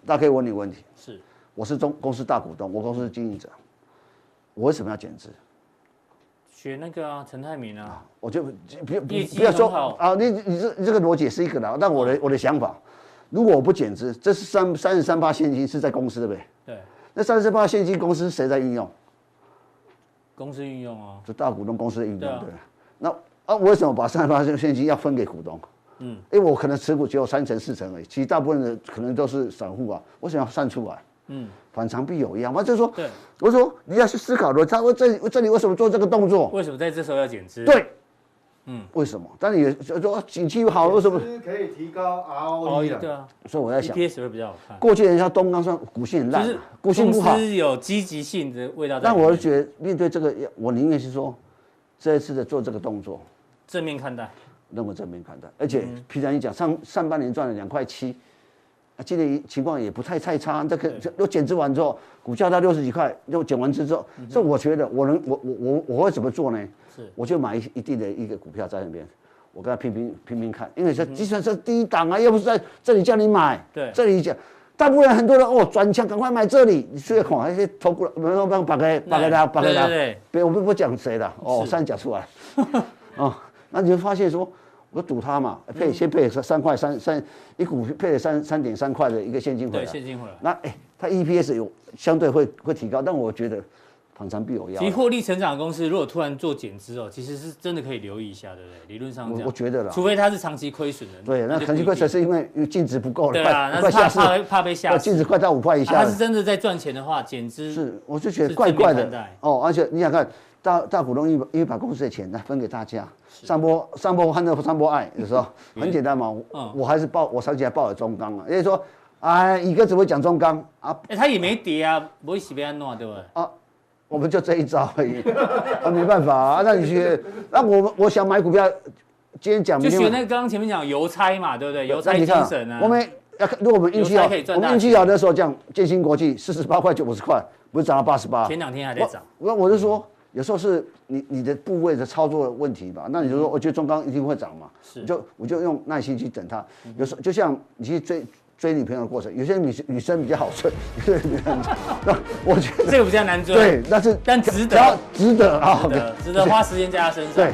C: 大家可以问你问题，
A: 是
C: 我是中公司大股东，我公司是经营者，我为什么要减资？
A: 学那个啊，陈泰明啊，
C: 我就不不
A: 业
C: 不
A: 绩
C: 不要说
A: 很好
C: 啊，你你这你这个逻辑也是一个啦，但我的我的想法，如果我不减资，这是三三十三趴现金是在公司的呗，
A: 对，
C: 那三十三趴现金公司谁在运用？
A: 公司运用哦，
C: 就大股东公司的运用
A: 对啊
C: 对吧那啊，我为什么把三十八现金要分给股东？嗯，因为我可能持股只有三成四成而已，其实大部分的可能都是散户啊，我想要散出来。嗯，反常必有一样嘛，就是说，
A: 对，
C: 我说你要去思考的，他我这里我这里为什么做这个动作？
A: 为什么在这时候要减资？，
C: 对，嗯，为什么？但你也就说景气好，为什么？
B: 是可以提高 E
A: 哦，
B: ROE
A: 对
B: 的。
A: 啊
C: 所以我在想，
A: ，EPS 会比较好看。
C: 过去人家东刚说股性很
A: 就
C: 烂
A: 是
C: 嘛，股性不好
A: 公，司有积极性的味道在
C: 但
A: 里面，
C: 我就觉得面对这个，我宁愿是说，这一次的做这个动作，
A: 正面看待，
C: 认为正面看待。而且
A: 嗯
C: 平常你讲上上半年赚了两块七，啊，今年情况也不太太差。这个这又减资完之后，股价到六十几块，又减完资之后，这我觉得我能我我我我会怎么做呢？
A: 嗯是
C: 我就买一一定的一个股票在那边。我跟他拼拼拼拼看，因为这计算是第一档啊，要不是在这里叫你买，
A: 嗯对
C: 这里讲，大部分人很多人哦转枪，赶快买这里，你去恐还是投股，没有办法把给把给他，把给他
A: 对对对，
C: 别我不不讲谁了，哦，
A: 是
C: 三讲出来，哦，那你就发现说，我赌他嘛，
A: 嗯
C: 配先配三三块三三一股配了三三点三块的一个现金回
A: 对，
C: 来，
A: 现金回来。
C: 那哎、它 EPS 有相对会会提高，但我觉得反常必有妖
A: 其实。获利成长的公司如果突然做减资哦，其实是真的可以留意一下，对不对？理论上这样，
C: 我我觉得啦
A: 除非它是长期亏损的，
C: 对，那
A: 就不
C: 长期
A: 一
C: 亏
A: 定
C: 损是因为净值不够了，
A: 对
C: 快
A: 啊，那
C: 快
A: 是怕
C: 下市
A: 怕
C: 了，
A: 怕被吓
C: 那
A: 死。
C: 净值快到五块以
A: 啊
C: 下
A: 它
C: 了
A: 是。真的在赚钱的话，减资
C: 是，我就觉
A: 是
C: 得怪怪
A: 正面看
C: 的
A: 待
C: 哦。而且你想看，大大股东因为因为把公司的钱呢分给大家，上波上波欢乐上波爱，有时候很简单嘛。
A: 嗯
C: 我我还是报我想起来报了中钢了，因为说，哎，乙哥只会讲中钢啊，
A: 哎，它也没跌啊，不会洗被安诺，对不对？
C: 我们就这一招而已， 啊，没办法啊。那你去，那我我想买股票，今天讲
A: 就
C: 明天
A: 学
C: 买
A: 那个刚刚前面讲邮差嘛，对不对？邮
C: 那
A: 差
C: 你
A: 精
C: 看啊
A: 神啊，
C: 我们要看，如果我们运气
A: 邮差
C: 好
A: 可以，赚
C: 我
A: 大
C: 们运气好的时候，这样建新国际四十八块九十块，不是涨到八十八？
A: 前两天还在涨。
C: 我我我就说，有时候是你你的部位的操作问题吧，那你就说，哦我觉得中钢一定会涨嘛，
A: 嗯是
C: 你就我就用耐心去等它。有时候就像你去追追女朋友的过程，有些女女生比较好追，有些女生，那我觉 得
A: 这个比较难追，
C: 对，但是
A: 但值得
C: 只要值得啊，
A: 值得值得花时间在他身上。
C: 对，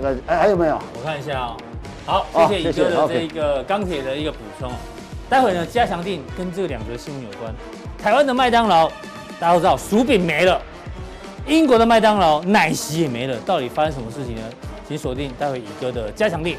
C: 那哎还有没有？
A: 我看一下哦。好，
C: 好
A: 谢谢乙
C: 谢谢
A: 哥的这
C: OK
A: 一个钢铁的一个补充哦。待会呢，加强定跟这两则新闻有关。台湾的麦当劳，大家都知道薯饼没了；英国的麦当劳奶昔也没了。到底发生什么事情呢？请锁定待会乙哥的加强定。